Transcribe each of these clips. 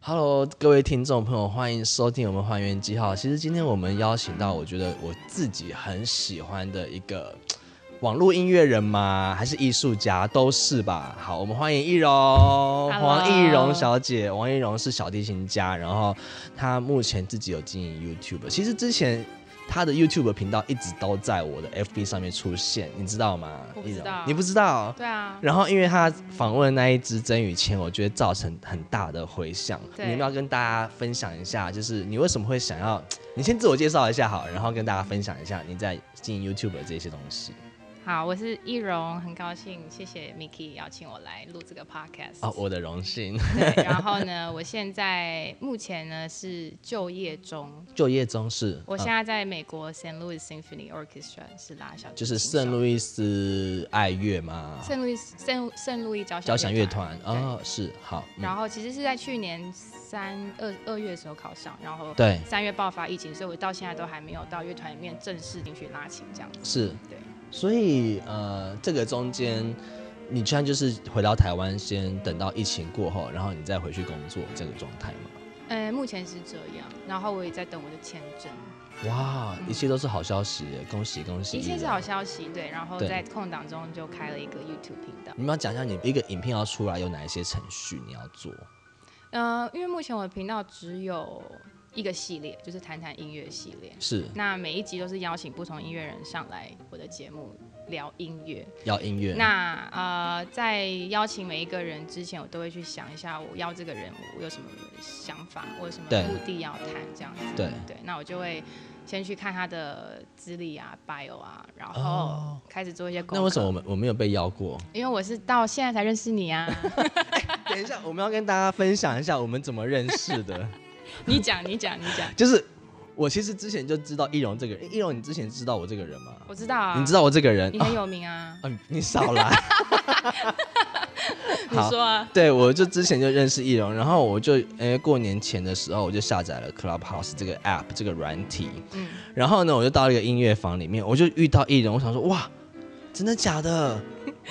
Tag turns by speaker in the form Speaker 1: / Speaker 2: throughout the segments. Speaker 1: Hello，各位听众朋友，欢迎收听我们《还原记号》。其实今天我们邀请到，我觉得我自己很喜欢的一个网络音乐人嘛，还是艺术家，都是吧。好，我们欢迎易容黄易容小姐。王易容是小提琴家，然后她目前自己有经营 YouTube。其实之前她的 YouTube 频道一直都在我的 FB 上面出现，你知道吗？
Speaker 2: 我不
Speaker 1: 易
Speaker 2: 知
Speaker 1: 容
Speaker 2: 道
Speaker 1: 你不知道？
Speaker 2: 对啊，
Speaker 1: 然后，因为他访问那一只曾宇谦，我觉得造成很大的回响。你
Speaker 2: 对
Speaker 1: 要不要跟大家分享一下？就是你为什么会想要？你先自我介绍一下好，然后跟大家分享一下你在经营 YouTube 的这些东西。
Speaker 2: 好，我是易容，很高兴，谢谢 Miki 邀请我来录这个 podcast。
Speaker 1: 哦，我的荣 幸。
Speaker 2: 对，然后呢， 我现在目前呢是就业中，
Speaker 1: 就业中是，
Speaker 2: 我现
Speaker 1: 嗯
Speaker 2: 在在美国 St. Louis Symphony Orchestra 是拉小提琴手，
Speaker 1: 就是圣路易斯爱乐嘛，
Speaker 2: 圣路易圣圣路易交响
Speaker 1: 交响乐
Speaker 2: 乐
Speaker 1: 团
Speaker 2: 对
Speaker 1: 哦，是好。嗯
Speaker 2: 然后其实是在去年三二二月的时候考上，然后
Speaker 1: 对
Speaker 2: 三月爆发疫情，所以我到现在都还没有到乐团里面正式进去拉琴这样子。
Speaker 1: 是，
Speaker 2: 对，
Speaker 1: 所以呃，这个中间。你现在就是回到台湾，先等到疫情过后，然后你再回去工作这个状态吗？
Speaker 2: 呃，目前是这样，然后我也在等我的签证。
Speaker 1: 哇，一切都是好消息耶，恭喜恭喜！
Speaker 2: 嗯一切是好。消息，对。然后
Speaker 1: 嗯对
Speaker 2: 在空档中就开了一个 YouTube 频道。
Speaker 1: 你们要讲一下你一个影片要出来有哪一些程序你要做？
Speaker 2: 呃，因为目前我的频道只有一个系列，就是谈谈音乐系列。
Speaker 1: 是
Speaker 2: 那每一集都是邀请不同音乐人上来我的节目聊音乐。
Speaker 1: 要音乐？
Speaker 2: 那呃，在邀请每一个人之前，我都会去想一下，我邀这个人，我有什么想法，我有什么
Speaker 1: 对
Speaker 2: 目的要谈这样子。
Speaker 1: 对
Speaker 2: 对，那我就会先去看他的资历啊、bio 啊，然
Speaker 1: 哦
Speaker 2: 后开始做一些功课。
Speaker 1: 那为什么我们我没有被邀 过？
Speaker 2: 因为我是到现在才认识你啊！
Speaker 1: 等一下，我们要跟大家分享一下我们怎么认识 的。
Speaker 2: 你讲，你讲，你讲，
Speaker 1: 就是我其实之前就知道易容这个人，易容你之前知道我这个人吗？
Speaker 2: 我知道啊，
Speaker 1: 你知，道我这个人？
Speaker 2: 你
Speaker 1: 啊
Speaker 2: 很有名啊，
Speaker 1: 啊你少来。
Speaker 2: 你
Speaker 1: 好
Speaker 2: 说啊，
Speaker 1: 对，我就之前就认识易容，然后我就诶过年前的时候我就下载了 Clubhouse 这个 app 这个软体，
Speaker 2: 嗯，
Speaker 1: 然后呢我就到了一个音乐房里面，我就遇到艺人，我想说哇，真的假的？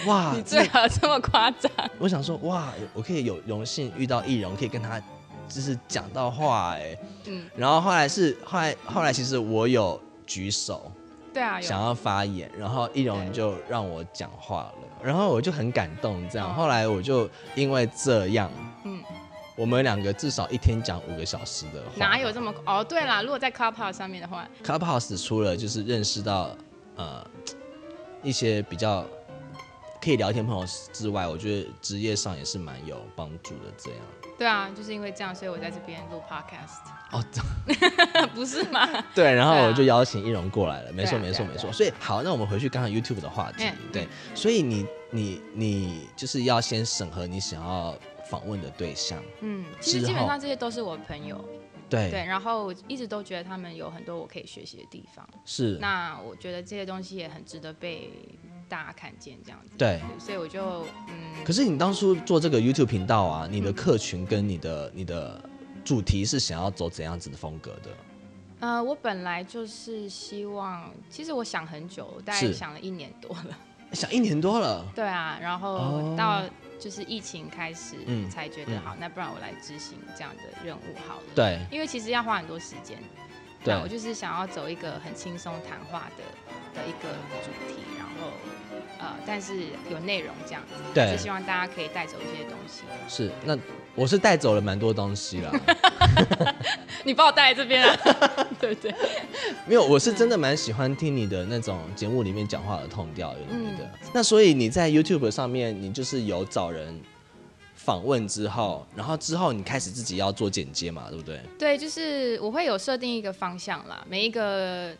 Speaker 1: 哇
Speaker 2: 你，
Speaker 1: 真
Speaker 2: 最
Speaker 1: 的
Speaker 2: 好这么夸张，
Speaker 1: 我想说哇，我可以有荣幸遇到艺人，我可以跟他就是讲到话哎、
Speaker 2: 嗯，
Speaker 1: 然后后来是后来后来其实我有举手，
Speaker 2: 对啊，
Speaker 1: 想
Speaker 2: 有，
Speaker 1: 要发言，然后易容就让我讲话了，然后我就很感动，这样。
Speaker 2: 嗯
Speaker 1: 后来我就因为这样，嗯
Speaker 2: 嗯，
Speaker 1: 我们两个至少一天讲五个小时的话。
Speaker 2: 哪有这么？哦，对啦，如果在 Clubhouse 上面的话，
Speaker 1: Clubhouse 除了就是认识到呃一些比较可以聊天朋友之外，我觉得职业上也是蛮有帮助的。这样
Speaker 2: 对啊，就是因为这样，所以我在这边录 Podcast，
Speaker 1: 哦，
Speaker 2: 不是吗？
Speaker 1: 对，然后
Speaker 2: 对啊
Speaker 1: 我就邀请易容过来了，没错
Speaker 2: 对啊
Speaker 1: 没错
Speaker 2: 对啊
Speaker 1: 没
Speaker 2: 对
Speaker 1: 错。
Speaker 2: 啊
Speaker 1: 所以好，那我们回去刚刚 YouTube 的话题
Speaker 2: 嗯，
Speaker 1: 对，所以你你你就是要先审核你想要访问的对象，
Speaker 2: 嗯，其实
Speaker 1: 之
Speaker 2: 基本
Speaker 1: 后
Speaker 2: 上这些都是我朋友，对，
Speaker 1: 哦对，
Speaker 2: 然后我一直都觉得他们有很多我可以学习的地方，
Speaker 1: 是，
Speaker 2: 那我觉得这些东西也很值得被大家看见，这样子，
Speaker 1: 对。
Speaker 2: 所以我就嗯。
Speaker 1: 可是你当初做这个 YouTube 频道啊，你的客群跟你的你的主题是想要走怎样子的风格的？
Speaker 2: 呃，我本来就是希望，其实我想很久，我大概
Speaker 1: 是
Speaker 2: 想了一年多了。
Speaker 1: 想一年多了，
Speaker 2: 对啊，然
Speaker 1: 哦
Speaker 2: 后到就是疫情开始，
Speaker 1: 嗯
Speaker 2: 才觉得
Speaker 1: 嗯
Speaker 2: 好，那不然我来执行这样的任务好了。，
Speaker 1: 对
Speaker 2: 因为其实要花很多时间。
Speaker 1: 对
Speaker 2: 那我就是想要走一个很轻松谈话的的一个主题，然后呃，但是有内容这样子，就
Speaker 1: 对
Speaker 2: 希望大家可以带走一些东西。
Speaker 1: 是。那我是带走了蛮多东西啦，
Speaker 2: 你把我带来这边啊， 对不对？
Speaker 1: 没有，我是真的蛮喜欢听你的那种节目里面讲话的痛调，有没
Speaker 2: 嗯
Speaker 1: 的？那所以你在 YouTube 上面，你就是有找人访问之后，然后之后你开始自己要做剪接嘛，对不对？
Speaker 2: 对，就是我会有设定一个方向啦，每一个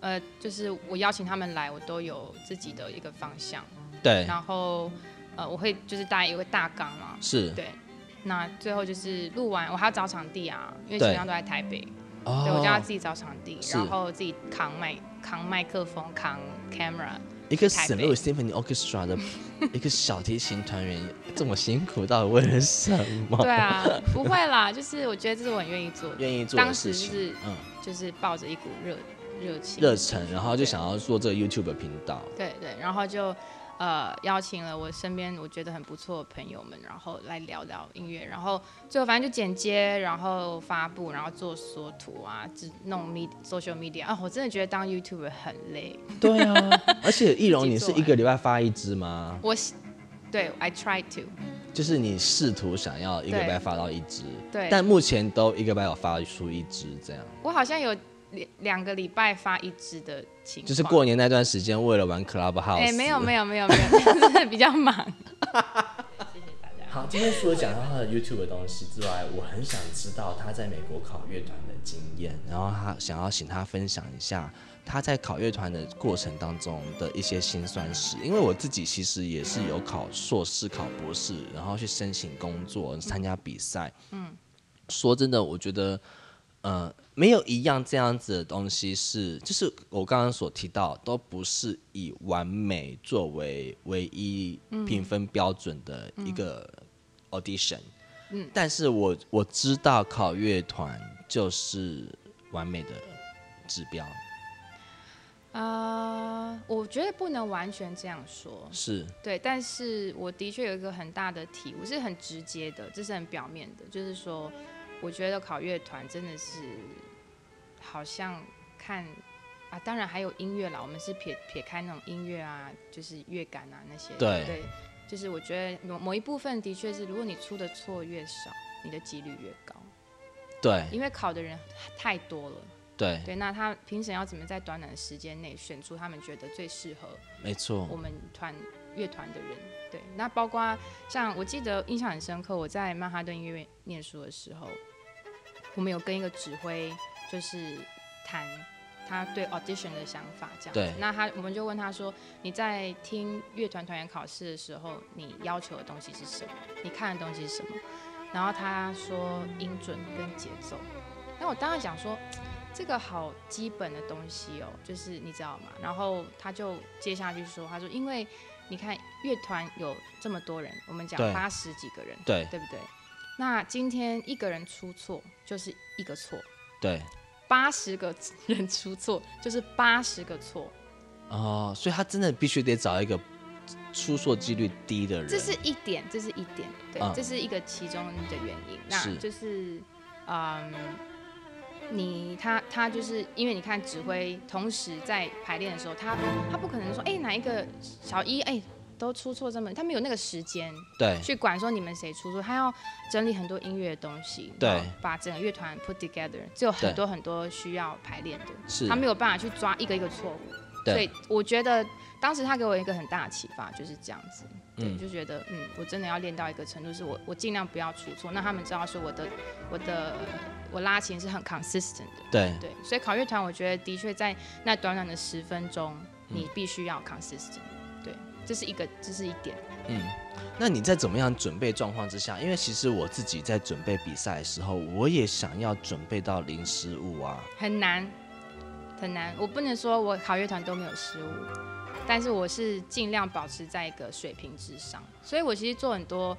Speaker 2: 呃，就是我邀请他们来，我都有自己的一个方向，
Speaker 1: 对，
Speaker 2: 然后呃，我会就是大概有个大纲嘛，
Speaker 1: 是
Speaker 2: 对。那最后就是录完，我还要找场地啊，因为基
Speaker 1: 对
Speaker 2: 本上都在台北，
Speaker 1: 哦
Speaker 2: 对我就要自己找场地，
Speaker 1: 是
Speaker 2: 然后自己扛麦、扛麦克风、扛 camera，
Speaker 1: 一个
Speaker 2: 台
Speaker 1: s
Speaker 2: 北
Speaker 1: t Symphony Orchestra 的一个小提琴团员这么辛苦，到底为了什么？
Speaker 2: 对啊，不会啦，就是我觉得这是我很愿意做的，
Speaker 1: 愿意做的
Speaker 2: 当
Speaker 1: 事
Speaker 2: 时
Speaker 1: 情，
Speaker 2: 就是
Speaker 1: 嗯，
Speaker 2: 就是抱着一股热热情，
Speaker 1: 热忱，然后就
Speaker 2: 对
Speaker 1: 想要做这个 YouTube 频道，
Speaker 2: 对对，然后就呃邀请了我身边我觉得很不错的朋友们，然后来聊聊音乐，然后最后反正就剪接，然后发布，然后做缩图啊，只弄 med social media 啊，我真的觉得当 YouTuber 很累。
Speaker 1: 对啊， 而且易容，
Speaker 2: 自己
Speaker 1: 你是
Speaker 2: 做
Speaker 1: 一个礼拜发一支吗？
Speaker 2: 我喜对 I try to
Speaker 1: 就是你试图想要一个礼拜
Speaker 2: 对
Speaker 1: 发到一支，
Speaker 2: 对，
Speaker 1: 但目前都一个礼拜有发出一支这样。
Speaker 2: 我好像有两两个礼拜发一支的情况，
Speaker 1: 就是过年那段时间，为了玩 Clubhouse，
Speaker 2: 哎、没有没有没有没有，真的比较忙。
Speaker 1: 好，今天除了讲到他的 YouTube 的东西之外，我很想知道他在美国考乐团的经验，然后他想要请他分享一下他在考乐团的过程当中的一些辛酸史。因为我自己其实也是有考硕士、考博士，然后去申请工作、参加比赛。嗯，说真的，我觉得，呃，没有一样这样子的东西是，就是我刚刚所提到，都不是以完美作为唯一评分标准的一个
Speaker 2: 嗯
Speaker 1: audition，嗯，但是我我知道考乐团就是完美的指标，
Speaker 2: 呃，我觉得不能完全这样说，
Speaker 1: 是
Speaker 2: 对，但是我的确有一个很大的体悟，是很直接的，这是很表面的，就是说，我觉得考乐团真的是好像看啊，当然还有音乐啦，我们是撇撇开那种音乐啊，就是乐感啊那些，
Speaker 1: 对
Speaker 2: 对，就是我觉得某某一部分的确是，如果你出的错越少，你的几率越高，
Speaker 1: 对
Speaker 2: 因为考的人太多了。
Speaker 1: 对，
Speaker 2: 对，那他评审要怎么在短短的时间内选出他们觉得最适合
Speaker 1: 没错
Speaker 2: 我，们团乐团的人？对，那包括像我记得印象很深刻，我在曼哈顿音乐院念书的时候，我们有跟一个指挥就是谈他对 audition 的想法，这样子
Speaker 1: 对
Speaker 2: 那他我们就问他说：“你在听乐团团员考试的时候，你要求的东西是什么？你看的东西是什么？”然后他说音准跟节奏。那我当时想说，这个好基本的东西哦，就是你知道吗？然后他就接下去说，他说因为你看乐团有这么多人，我们讲
Speaker 1: 对
Speaker 2: 八十几个人，
Speaker 1: 对
Speaker 2: 对不对？那今天一个人出错就是一个错，
Speaker 1: 对
Speaker 2: 八十个 人出错就是八十个错，
Speaker 1: 哦，所以他真的必须得找一个出错几率低的人，
Speaker 2: 这是一点，这是一点，对，
Speaker 1: 嗯
Speaker 2: 这是一个其中的原因。那
Speaker 1: 是
Speaker 2: 就是，嗯，你他他就是因为你看指挥，同时在排练的时候，他他不可能说，哎、哪一个小一哎、都出错这么，他没有那个时间
Speaker 1: 对
Speaker 2: 去管说你们谁出错，他要整理很多音乐的东西，
Speaker 1: 对，
Speaker 2: 把整个乐团 put together，只有很多很多需要排练的，
Speaker 1: 是
Speaker 2: 他没有办法去抓一个一个错误。所以
Speaker 1: 对
Speaker 2: 我觉得当时他给我一个很大的启发，就是这样子，对，就觉得嗯，我真的要练到一个程度，是我我尽量不要出错。那他们知道说我的我的我拉琴是很 consistent 的，
Speaker 1: 对
Speaker 2: 对，所以考乐团我觉得的确在那短短的十分钟，
Speaker 1: 嗯
Speaker 2: 你必须要 consistent，、对，这是一个这是一点，
Speaker 1: 那你在怎么样准备状况之下？因为其实我自己在准备比赛的时候，我也想要准备到零失误啊。
Speaker 2: 很难很难。我不能说我考乐团都没有失误，但是我是尽量保持在一个水平之上，所以我其实做很多。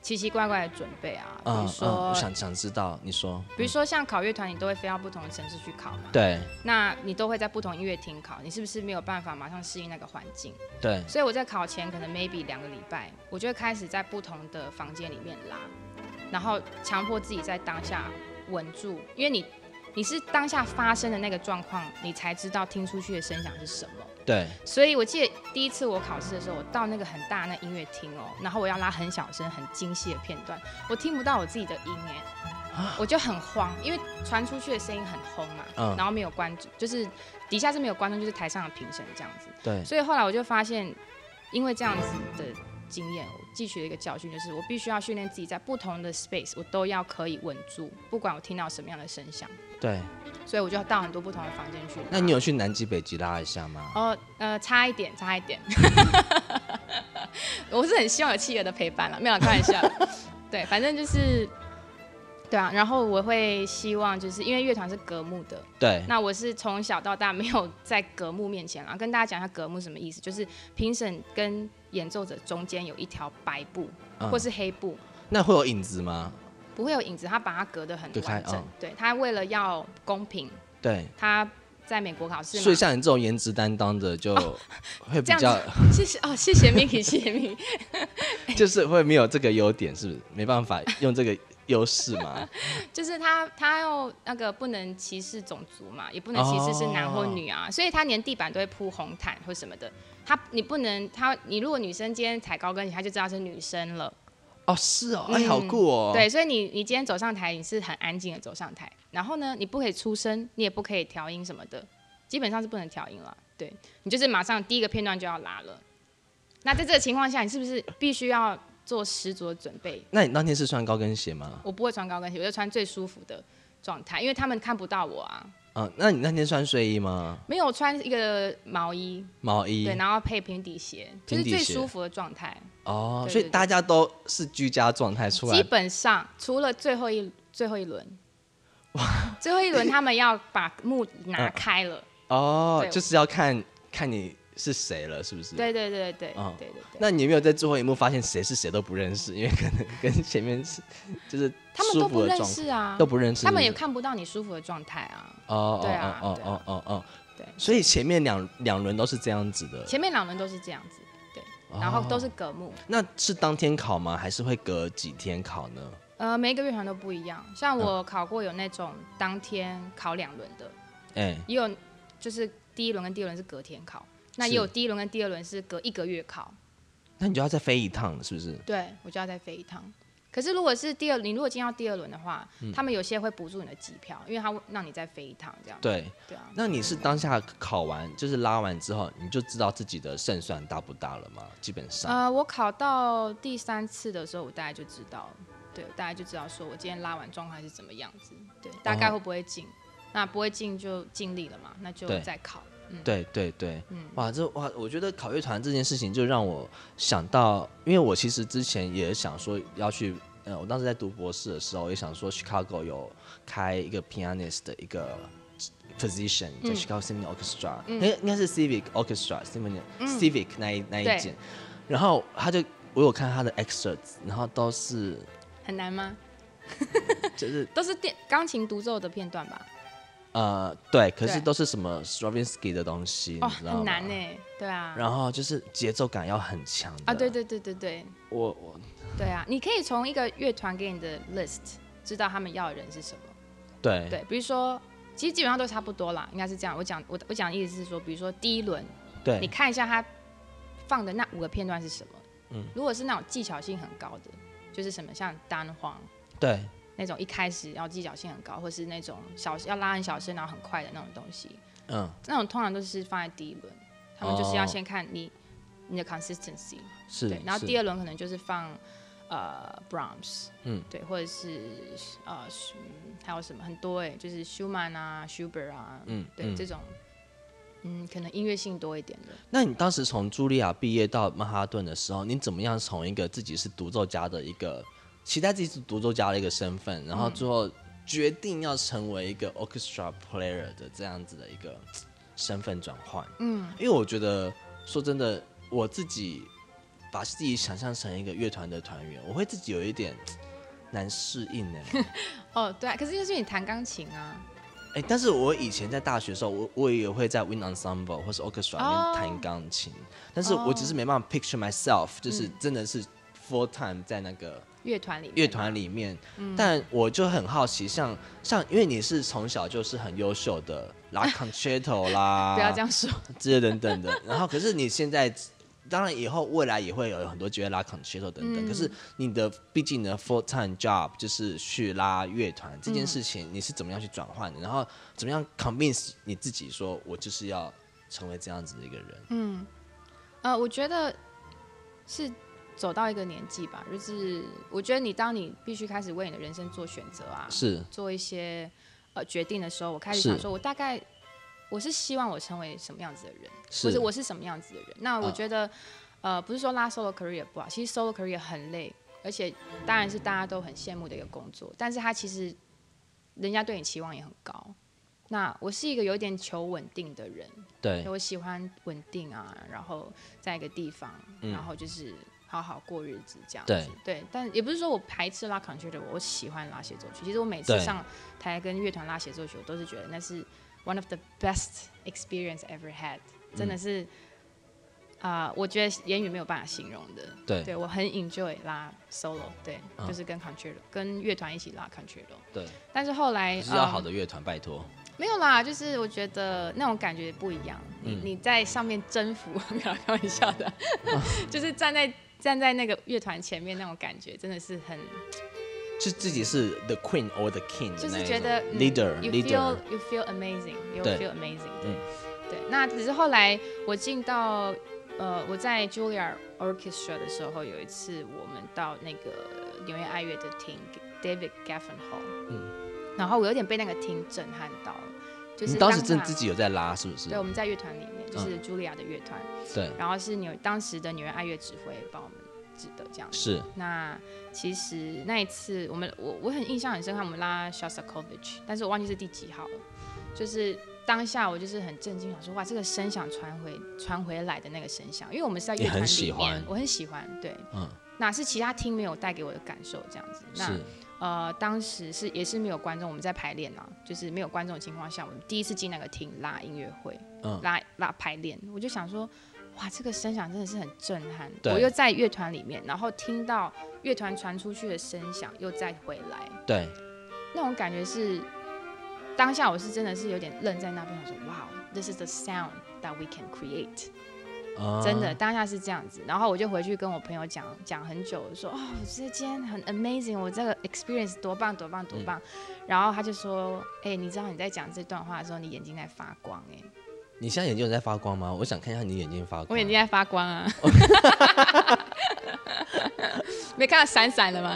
Speaker 2: 奇奇怪怪的准备啊，比如
Speaker 1: 嗯嗯，
Speaker 2: 说
Speaker 1: 我想想知道，你说
Speaker 2: 比如说像考乐团，你都会飞到不同的城市去考嘛，
Speaker 1: 对
Speaker 2: 那你都会在不同音乐厅考，你是不是没有办法马上适应那个环境？
Speaker 1: 对
Speaker 2: 所以我在考前可能 maybe 两个礼拜，我就会开始在不同的房间里面拉，然后强迫自己在当下稳住，因为你你是当下发生的那个状况，你才知道听出去的声响是什么。
Speaker 1: 对
Speaker 2: 所以我记得第一次我考试的时候，我到那个很大那音乐厅哦，然后我要拉很小声、很精细的片段，我听不到我自己的音哎，我就很慌，因为传出去的声音很轰嘛，
Speaker 1: 嗯
Speaker 2: 然后没有观众，就是底下是没有观众，就是台上的评审这样子。
Speaker 1: 对，
Speaker 2: 所以后来我就发现，因为这样子的经验，我汲取了一个教训，就是我必须要训练自己在不同的 space，我都要可以稳住，不管我听到什么样的声响。
Speaker 1: 对，
Speaker 2: 所以我就到很多不同的房间去拉。
Speaker 1: 那你有去南极、北极拉一下吗？
Speaker 2: 哦，呃，差一点，差一点。 我是很希望有企鹅的陪伴了，没有啦开玩笑。对，反正就是，对啊。然后我会希望，就是因为乐团是隔幕的，
Speaker 1: 对，
Speaker 2: 那我是从小到大没有在隔幕面前啊，跟大家讲一下隔幕什么意思，就是评审跟演奏者中间有一条白布
Speaker 1: 嗯
Speaker 2: 或是黑布，
Speaker 1: 那会有影子吗？
Speaker 2: 不会有影子，他把它隔得很
Speaker 1: 隔开
Speaker 2: 完整。
Speaker 1: 嗯
Speaker 2: 对他为了要公平，
Speaker 1: 对
Speaker 2: 他在美国考试嘛，
Speaker 1: 所以像你这种颜值担当的，就会比
Speaker 2: 哦这样
Speaker 1: 较，
Speaker 2: 子，谢谢哦，谢谢 Miki，谢谢 Miki。
Speaker 1: 就是会没有这个优点，是不是？没办法用这个优势嘛。
Speaker 2: 就是他他要那个不能歧视种族嘛，也不能歧视是男或女
Speaker 1: 哦
Speaker 2: 啊，所以他连地板都会铺红毯或什么的。他你不能他你如果女生今天踩高跟鞋，他就知道是女生了。
Speaker 1: 哦，是哦，哎，好酷哦。
Speaker 2: 嗯对，所以你你今天走上台，你是很安静的走上台，然后呢，你不可以出声，你也不可以调音什么的，基本上是不能调音了。对你就是马上第一个片段就要拉了。那在这个情况下，你是不是必须要做十足的准备？
Speaker 1: 那你那天是穿高跟鞋吗？
Speaker 2: 我不会穿高跟鞋，我就穿最舒服的状态，因为他们看不到我啊。
Speaker 1: 嗯，那你那天穿睡衣吗？
Speaker 2: 没有穿一个毛衣，
Speaker 1: 毛衣
Speaker 2: 对，然后配平底鞋，就是
Speaker 1: 平底鞋
Speaker 2: 最舒服的状态。
Speaker 1: 哦，
Speaker 2: 对
Speaker 1: 所以
Speaker 2: 对对
Speaker 1: 大家都是居家状态出
Speaker 2: 基
Speaker 1: 来。
Speaker 2: 本上除了最后一最后 一轮，最后一轮他们要把幕
Speaker 1: 嗯
Speaker 2: 拿开了。
Speaker 1: 哦，
Speaker 2: 对
Speaker 1: 就是要看看你是谁了，是不是？。
Speaker 2: 对对对对对
Speaker 1: 嗯
Speaker 2: 对对对，
Speaker 1: 那你有没有在最后一幕发现谁是谁都不认识？因为可能跟前面是就是
Speaker 2: 他们
Speaker 1: 舒
Speaker 2: 都
Speaker 1: 服
Speaker 2: 不
Speaker 1: 的
Speaker 2: 认
Speaker 1: 状
Speaker 2: 识啊
Speaker 1: 都，不认识，
Speaker 2: 他们也
Speaker 1: 是不是
Speaker 2: 看不到你舒服的状态啊。
Speaker 1: 哦
Speaker 2: 对啊
Speaker 1: 哦
Speaker 2: 对
Speaker 1: 哦
Speaker 2: 啊
Speaker 1: 哦哦哦，
Speaker 2: 对
Speaker 1: 所以前面两两轮都是这样子的，
Speaker 2: 前面两轮都是这样子，
Speaker 1: 哦
Speaker 2: 对，然后都是隔幕。
Speaker 1: 那是当天考吗？还是会隔几天考呢？
Speaker 2: 呃，每一个乐团都不一样，
Speaker 1: 嗯
Speaker 2: 像我考过有那种当天考两轮的，
Speaker 1: 哎、
Speaker 2: 也有就是第一轮跟第二轮是隔天考，那也
Speaker 1: 是
Speaker 2: 有第一轮跟第二轮是隔一个月考。
Speaker 1: 那你就要再飞一趟了，是不是？
Speaker 2: 对，我就要再飞一趟。可是如果是第二，你如果进到第二轮的话，
Speaker 1: 嗯
Speaker 2: 他们有些会补助你的机票，因为他会让你再飞一趟这样。
Speaker 1: 对，
Speaker 2: 对啊，
Speaker 1: 那你是当下考完，就是拉完之后，你就知道自己的胜算大不大了吗？基本上，
Speaker 2: 呃，我考到第三次的时候，我大概就知道，对，我大概就知道说我今天拉完状态是怎么样子，对，大概
Speaker 1: 哦
Speaker 2: 会不会进。那不会进就尽力了嘛，那就
Speaker 1: 对
Speaker 2: 再考。
Speaker 1: 对对对，
Speaker 2: 嗯
Speaker 1: 哇，这哇，我觉得考乐团这件事情就让我想到，因为我其实之前也想说要去，呃，我当时在读博士的时候也想说，Chicago 有开一个 pianist 的一个 position，在
Speaker 2: 嗯
Speaker 1: Chicago Symphony Orchestra，应该应该是 Civic Orchestra Symphony、Civic 那一那一
Speaker 2: 嗯对
Speaker 1: 件，然后他就我有看他的 excerpts，然后都是
Speaker 2: 很难吗？
Speaker 1: 就是
Speaker 2: 都是电钢琴独奏的片段吧？
Speaker 1: 呃对，可是
Speaker 2: 对
Speaker 1: 都是什么 Stravinsky 的东西，
Speaker 2: 哦，
Speaker 1: 你知道吗？
Speaker 2: 很难呢、对啊。
Speaker 1: 然后就是节奏感要很强的
Speaker 2: 啊，对对对对对
Speaker 1: 我我
Speaker 2: 对啊！你可以从一个乐团给你的 list 知道他们要的人是什么。
Speaker 1: 对
Speaker 2: 对，比如说，其实基本上都差不多啦，应该是这样。我讲我我讲的意思是说，比如说第一轮，你
Speaker 1: 对
Speaker 2: 看一下他放的那五个片段是什么。嗯，如果是那种技巧性很高的，就是什么像单簧
Speaker 1: 对
Speaker 2: 那种一开始要技巧性很高，或是那种小要拉很小声然后很快的那种东西，
Speaker 1: 嗯，
Speaker 2: 那种通常都是放在第一轮，他们就是
Speaker 1: 哦
Speaker 2: 要先看你、你的 consistency。
Speaker 1: 是。
Speaker 2: 对，然后第
Speaker 1: 二
Speaker 2: 二轮可能就是放呃 Brahms，嗯，对，或者是呃嗯还有什么很多哎、就是 Schumann 啊、Schubert 啊，嗯，对，这种嗯可能音乐性多一点的。
Speaker 1: 那你当时从茱莉亚毕业到曼哈顿的时候，你怎么样从一个自己是独奏家的一个期待自己是独奏家的一个身份，然后最后决定要成为一个 orchestra player 的这样子的一个嘖身份转换？嗯，因为我觉得说真的，我自己把自己想象成一个乐团的团员，我会自己有一点嘖难适应欸呢。
Speaker 2: 哦，对、啊，可是就是你弹钢琴啊，
Speaker 1: 哎、但是我以前在大学的时候，我我也会在 wind ensemble 或是 orchestra 里面
Speaker 2: 哦
Speaker 1: 弹钢琴但是我只是没办法 picture myself，、就是
Speaker 2: 嗯
Speaker 1: 真的是 full time 在那个
Speaker 2: 乐团里面
Speaker 1: 乐团里面。
Speaker 2: 嗯
Speaker 1: 但我就很好奇，像像因为你是从小就是很优秀的 拉 concerto 啦，
Speaker 2: 不要这样说，
Speaker 1: 之类等等的。然后可是你现在，当然以后未来也会有很多机会拉 concerto 等等。可
Speaker 2: 嗯
Speaker 1: 是你的毕竟你的 full time job 就是去拉乐团这
Speaker 2: 嗯
Speaker 1: 件事情，你是怎么样去转换的？然后怎么样 convince 你自己说，我就是要成为这样子的一个人？
Speaker 2: 嗯呃，我觉得是走到一个年纪吧，就是我觉得你当你必须开始为你的人生做选择啊，
Speaker 1: 是
Speaker 2: 做一些呃决定的时候，我开始
Speaker 1: 是
Speaker 2: 想说，我大概我是希望我成为什么样子的人，
Speaker 1: 是
Speaker 2: 或者我是什么样子的人。那我
Speaker 1: 嗯
Speaker 2: 觉得，呃，不是说拉 solo career 不好，其实 solo career 很累，而且当然是大家都很羡慕的一个工作，但是它其实人家对你期望也很高。那我是一个有点求稳定的人，
Speaker 1: 对
Speaker 2: 我喜欢稳定啊，然后在一个地方，
Speaker 1: 嗯
Speaker 2: 然后就是好好过日子这样子。对，但也不是说我排斥拉 concerto，我喜欢拉协奏曲。其实我每次
Speaker 1: 对
Speaker 2: 上台跟乐团拉协奏曲，我都是觉得那是 one of the best experience ever had，真的
Speaker 1: 嗯
Speaker 2: 是啊、我觉得言语没有办法形容的。
Speaker 1: 对
Speaker 2: 对我很 enjoy 拉 solo，对，
Speaker 1: 嗯
Speaker 2: 就是跟 concerto 跟乐团一起拉 concerto，
Speaker 1: 对，
Speaker 2: 但是后来
Speaker 1: 就是要
Speaker 2: 嗯
Speaker 1: 好的乐团，拜托。
Speaker 2: 没有啦，就是我觉得那种感觉不一样。你、
Speaker 1: 嗯
Speaker 2: 你在上面征服， 没有啦开玩笑的， 就是站在站在那个乐团前面那种感觉，真的是很，
Speaker 1: 就自己是 the queen or the king 的
Speaker 2: 就
Speaker 1: 那
Speaker 2: 是
Speaker 1: 一
Speaker 2: 觉
Speaker 1: 种
Speaker 2: 得、嗯
Speaker 1: leader
Speaker 2: you
Speaker 1: leader
Speaker 2: feel you feel amazing, you
Speaker 1: 对
Speaker 2: feel amazing 对。
Speaker 1: 嗯
Speaker 2: 对，那只是后来我进到呃我在 Juilliard Orchestra 的时候，有一次我们到那个纽约爱乐的厅 David Geffen Hall，
Speaker 1: 嗯
Speaker 2: 然后我有点被那个厅震撼到了，就是
Speaker 1: 你当时
Speaker 2: 他
Speaker 1: 真的自己有在拉，是不是？
Speaker 2: 对，我们在乐团里面，
Speaker 1: 嗯
Speaker 2: 就是茱莉亚的乐团，
Speaker 1: 对，
Speaker 2: 然后是纽当时的纽约爱乐指挥帮我们指的这样子。
Speaker 1: 是
Speaker 2: 那其实那一次我们我我很印象很深刻，我们拉 Shostakovich，但是我忘记是第几号了。就是当下我就是很震惊，想说哇，这个声响传回传回来的那个声响，因为我们是在乐
Speaker 1: 你
Speaker 2: 团
Speaker 1: 很喜
Speaker 2: 里面
Speaker 1: 欢，
Speaker 2: 我很喜欢，对，
Speaker 1: 嗯，
Speaker 2: 那是其他厅没有带给我的感受这样子。那
Speaker 1: 是，
Speaker 2: 呃，当时是也是没有观众，我们在排练啊，就是没有观众的情况下，我们第一次进那个厅拉音乐会，
Speaker 1: 嗯
Speaker 2: 拉拉排练，我就想说，哇，这个声响真的是很震撼。
Speaker 1: 对
Speaker 2: 我又在乐团里面，然后听到乐团传出去的声响，又再回来，
Speaker 1: 对，
Speaker 2: 那种感觉是，当下我是真的是有点愣在那边，想说，哇，this 哦 is the sound that we can create。
Speaker 1: 啊
Speaker 2: 真的，当下是这样子。然后我就回去跟我朋友讲讲很久，我说哦，我觉得今天很 amazing，我这个 experience 多棒多棒多棒。然后他就说，哎、你知道你在讲这段话的时候，你眼睛在发光、哎，
Speaker 1: 你现在眼睛有在发光吗？我想看一下你的眼睛发光。
Speaker 2: 我眼睛在发光啊。没看到闪闪的吗？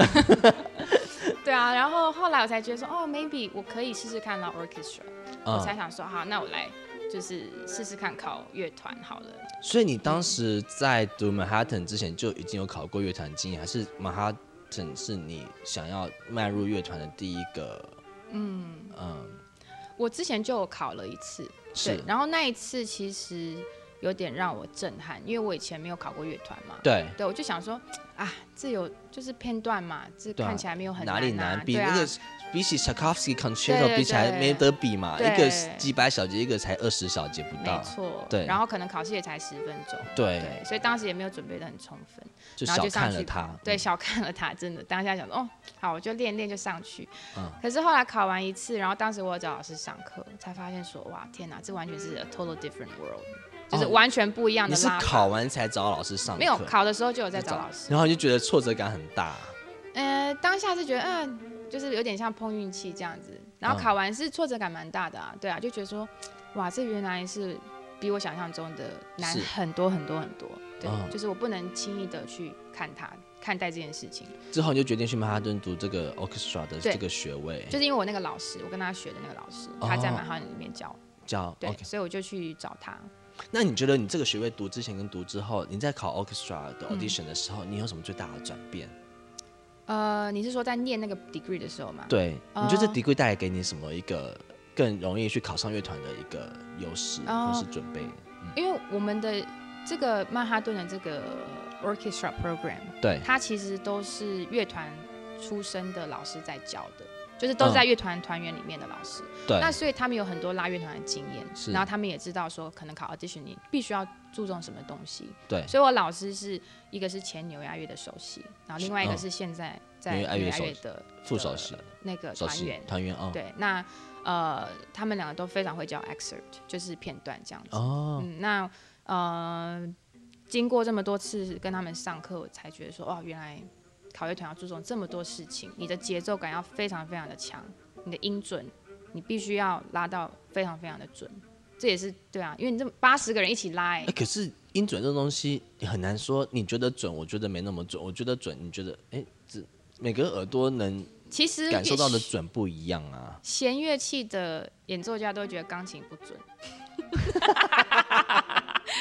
Speaker 2: 对啊，然后后来我才觉得说，哦，maybe 我可以试试看拉 orchestra，、我才
Speaker 1: 嗯，
Speaker 2: 想说，好，那我来就是试试看考乐团好了。
Speaker 1: 所以你当时在读 Manhattan 之前就已经有考过乐团经验，还是 Manhattan 是你想要迈入乐团的第一个？嗯嗯，
Speaker 2: 我之前就有考了一次，
Speaker 1: 是
Speaker 2: 对，，然后那一次其实有点让我震撼，因为我以前没有考过乐团嘛。
Speaker 1: 对，
Speaker 2: 对，我就想说，啊，这有就是片段嘛，这
Speaker 1: 对啊
Speaker 2: 看起来没有很
Speaker 1: 哪里
Speaker 2: 难、啊，
Speaker 1: 难？比
Speaker 2: 对啊
Speaker 1: 那个比起 Tchaikovsky
Speaker 2: 对
Speaker 1: Concerto
Speaker 2: 对
Speaker 1: 比起来
Speaker 2: 对
Speaker 1: 没得比嘛，
Speaker 2: 对
Speaker 1: 一个几百小节，一个才二十小节不到
Speaker 2: 没，错，
Speaker 1: 啊对
Speaker 2: 然后可能考试也才十分钟，
Speaker 1: 对，嗯
Speaker 2: 对，所以当时也没有准备的很充分，
Speaker 1: 就
Speaker 2: 然后
Speaker 1: 小
Speaker 2: 就上
Speaker 1: 看
Speaker 2: 去
Speaker 1: 了他，嗯
Speaker 2: 对，小看了他，真的，当下想说，哦，好，我就练练就上去。
Speaker 1: 嗯
Speaker 2: 可是后来考完一次，然后当时我有找老师上课，才发现说，哇，天哪，这完全是 a total different world，就是
Speaker 1: 哦
Speaker 2: 完全不一样
Speaker 1: 你
Speaker 2: 的
Speaker 1: 是
Speaker 2: 拉法。
Speaker 1: 考完才找老师上课，
Speaker 2: 没有考的时候就有在
Speaker 1: 再
Speaker 2: 找老师，
Speaker 1: 然后你就觉得挫折感很大，
Speaker 2: 呃，当下是觉得，嗯、就是有点像碰运气这样子。然后
Speaker 1: 嗯
Speaker 2: 考完是挫折感蛮大的啊，对啊，就觉得说，哇，这原来是比我想象中的难
Speaker 1: 是
Speaker 2: 很多很多很多。对，
Speaker 1: 嗯
Speaker 2: 就是我不能轻易的去看它，看待这件事情，
Speaker 1: 之后你就决定去曼哈顿读这个 orchestra 的
Speaker 2: 对
Speaker 1: 这个学位，
Speaker 2: 就是因为我那个老师，我跟他学的那个老师，他在满汉里面教，
Speaker 1: 叫
Speaker 2: 对
Speaker 1: 哦 OK。
Speaker 2: 所以我就去找他。
Speaker 1: 那你觉得你这个学位读之前跟读之后，你在考 orchestra
Speaker 2: 嗯
Speaker 1: 的 audition 的时候，你有什么最大的转变？
Speaker 2: 呃，你是说在念那个 degree 的时候吗？
Speaker 1: 对，你觉得这
Speaker 2: 哦
Speaker 1: degree 带来给你什么一个更容易去考上乐团的一个优势或
Speaker 2: 哦
Speaker 1: 是准备？
Speaker 2: 因为我们的这个曼哈顿的这个 orchestra program，
Speaker 1: 对，
Speaker 2: 他其实都是乐团出身的老师在教的，就是都是在乐团团员里面的老师。
Speaker 1: 嗯对，
Speaker 2: 那所以他们有很多拉乐团的经验
Speaker 1: 是，
Speaker 2: 然后他们也知道说，可能考 audition 你必须要注重什么东西。
Speaker 1: 对
Speaker 2: 所以我老师是一个是前纽约爱乐的首席，然后另外一个
Speaker 1: 嗯
Speaker 2: 是现在在
Speaker 1: 纽
Speaker 2: 纽
Speaker 1: 约
Speaker 2: 约
Speaker 1: 爱
Speaker 2: 爱
Speaker 1: 乐
Speaker 2: 乐
Speaker 1: 首
Speaker 2: 的
Speaker 1: 副首席、
Speaker 2: 那个
Speaker 1: 首
Speaker 2: 呃团
Speaker 1: 席
Speaker 2: 员。
Speaker 1: 团员哦，
Speaker 2: 对，那呃，他们两个都非常会教 excerpt，就是片段这样子。
Speaker 1: 哦，
Speaker 2: 嗯，那呃，经过这么多次跟他们上课，我才觉得说，哦，原来考乐团要注重这么多事情，你的节奏感要非常非常的强，你的音准你必须要拉到非常非常的准，这也是对啊，因为你这八十个人一起拉、欸
Speaker 1: 哎，，可是音准这种东西很难说，你觉得准，我觉得没那么准，我觉得准，你觉得哎，这每个耳朵能
Speaker 2: 其实
Speaker 1: 感受到的
Speaker 2: 也
Speaker 1: 准不一样啊。
Speaker 2: 弦乐器的演奏家都觉得钢琴不准。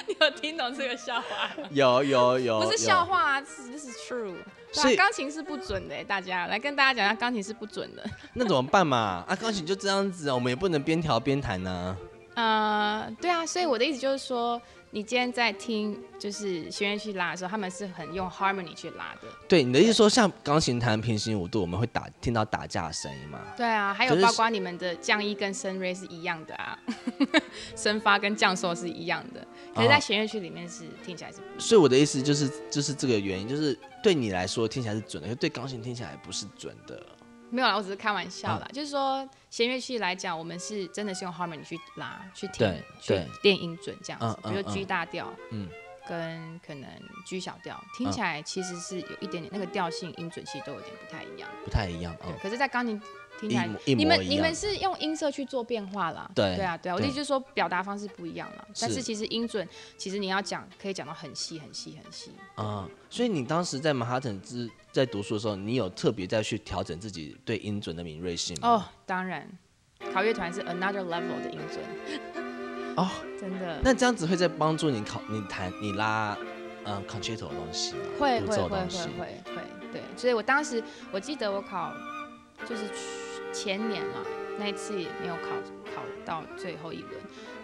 Speaker 2: 你有听懂这个笑话吗？
Speaker 1: 有有有，
Speaker 2: 不是
Speaker 1: 哦有
Speaker 2: 笑话啊，这是 true。
Speaker 1: 所
Speaker 2: 对
Speaker 1: 以
Speaker 2: 啊，钢琴是不准的欸，大家来跟大家讲一下，钢琴是不准的。
Speaker 1: 那怎么办嘛？啊，钢琴就这样子啊，我们也不能边调边弹呐、
Speaker 2: 呃，对啊，所以我的意思就是说，你今天在听就是学员去拉的时候，他们是很用 harmony 去拉的。
Speaker 1: 对你的意思说，像钢琴弹平行五度，我们会打听到打架的声音吗？
Speaker 2: 对啊，还有
Speaker 1: 可是
Speaker 2: 包括你们的降一跟升 r 是一样的啊， 升发跟降收是一样的，可是，
Speaker 1: 哦
Speaker 2: 在弦乐曲里面是听起来是不一样
Speaker 1: 所以我的意思就是，就是这个原因，就是对你来说听起来是准的，可是对钢琴听起来不是准的。
Speaker 2: 没有啦，我只是开玩笑
Speaker 1: 嗯
Speaker 2: 啦。就是说，弦乐器来讲，我们是真的是用 harmony 去拉、去听
Speaker 1: 对、
Speaker 2: 去
Speaker 1: 对
Speaker 2: 练音准这样子。
Speaker 1: 嗯
Speaker 2: 比如
Speaker 1: 嗯
Speaker 2: G 大调，
Speaker 1: 嗯
Speaker 2: 跟可能 G 小调，听起来其实是有一点点那个调性、音准其实都有点不太一样。
Speaker 1: 不太一样
Speaker 2: 对
Speaker 1: 哦，。
Speaker 2: 可是，在钢琴听
Speaker 1: 一
Speaker 2: 起来
Speaker 1: 模，一模
Speaker 2: 你
Speaker 1: 一
Speaker 2: 们
Speaker 1: 样
Speaker 2: 你们是用音色去做变化啦。
Speaker 1: 对
Speaker 2: 对啊，对啊。我的意
Speaker 1: 对
Speaker 2: 思就是说，表达方式不一样啦。但
Speaker 1: 是
Speaker 2: 是其实音准，其实你要讲，可以讲到很细、很细、很细。
Speaker 1: 啊、所以你当时在曼哈顿之在读书的时候，你有特别再去调整自己对音准的敏锐性吗？
Speaker 2: 哦，当然，考乐团是 another level 的音准，
Speaker 1: 哦，
Speaker 2: 真的。
Speaker 1: 那这样子会在帮助你考你弹你拉呃 concerto 的东西吗？
Speaker 2: 会
Speaker 1: 独
Speaker 2: 会
Speaker 1: 奏
Speaker 2: 会
Speaker 1: 的
Speaker 2: 会
Speaker 1: 东西。
Speaker 2: 会会，对，所以我当时我记得我考就是去前年了，那一次也没有考考到最后一轮，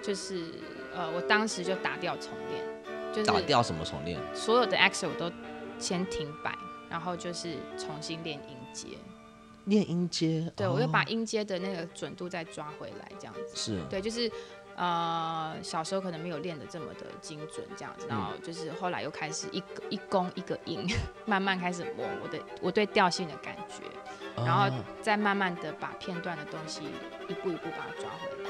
Speaker 2: 就是呃，我当时就打掉重练，就
Speaker 1: 打
Speaker 2: 是
Speaker 1: 掉什么重练？
Speaker 2: 所有的 action 我都先停摆，然后就是重新练音阶，
Speaker 1: 练音阶。
Speaker 2: 对、
Speaker 1: 哦
Speaker 2: 我又把音阶的那个准度再抓回来，这样子。
Speaker 1: 是
Speaker 2: 对，就是呃小时候可能没有练的这么的精准这样子，然
Speaker 1: 嗯
Speaker 2: 后就是后来又开始一个一弓一个音， 慢慢开始磨我的我对调性的感觉，然后
Speaker 1: 哦
Speaker 2: 再慢慢的把片段的东西一步一步把它抓回来。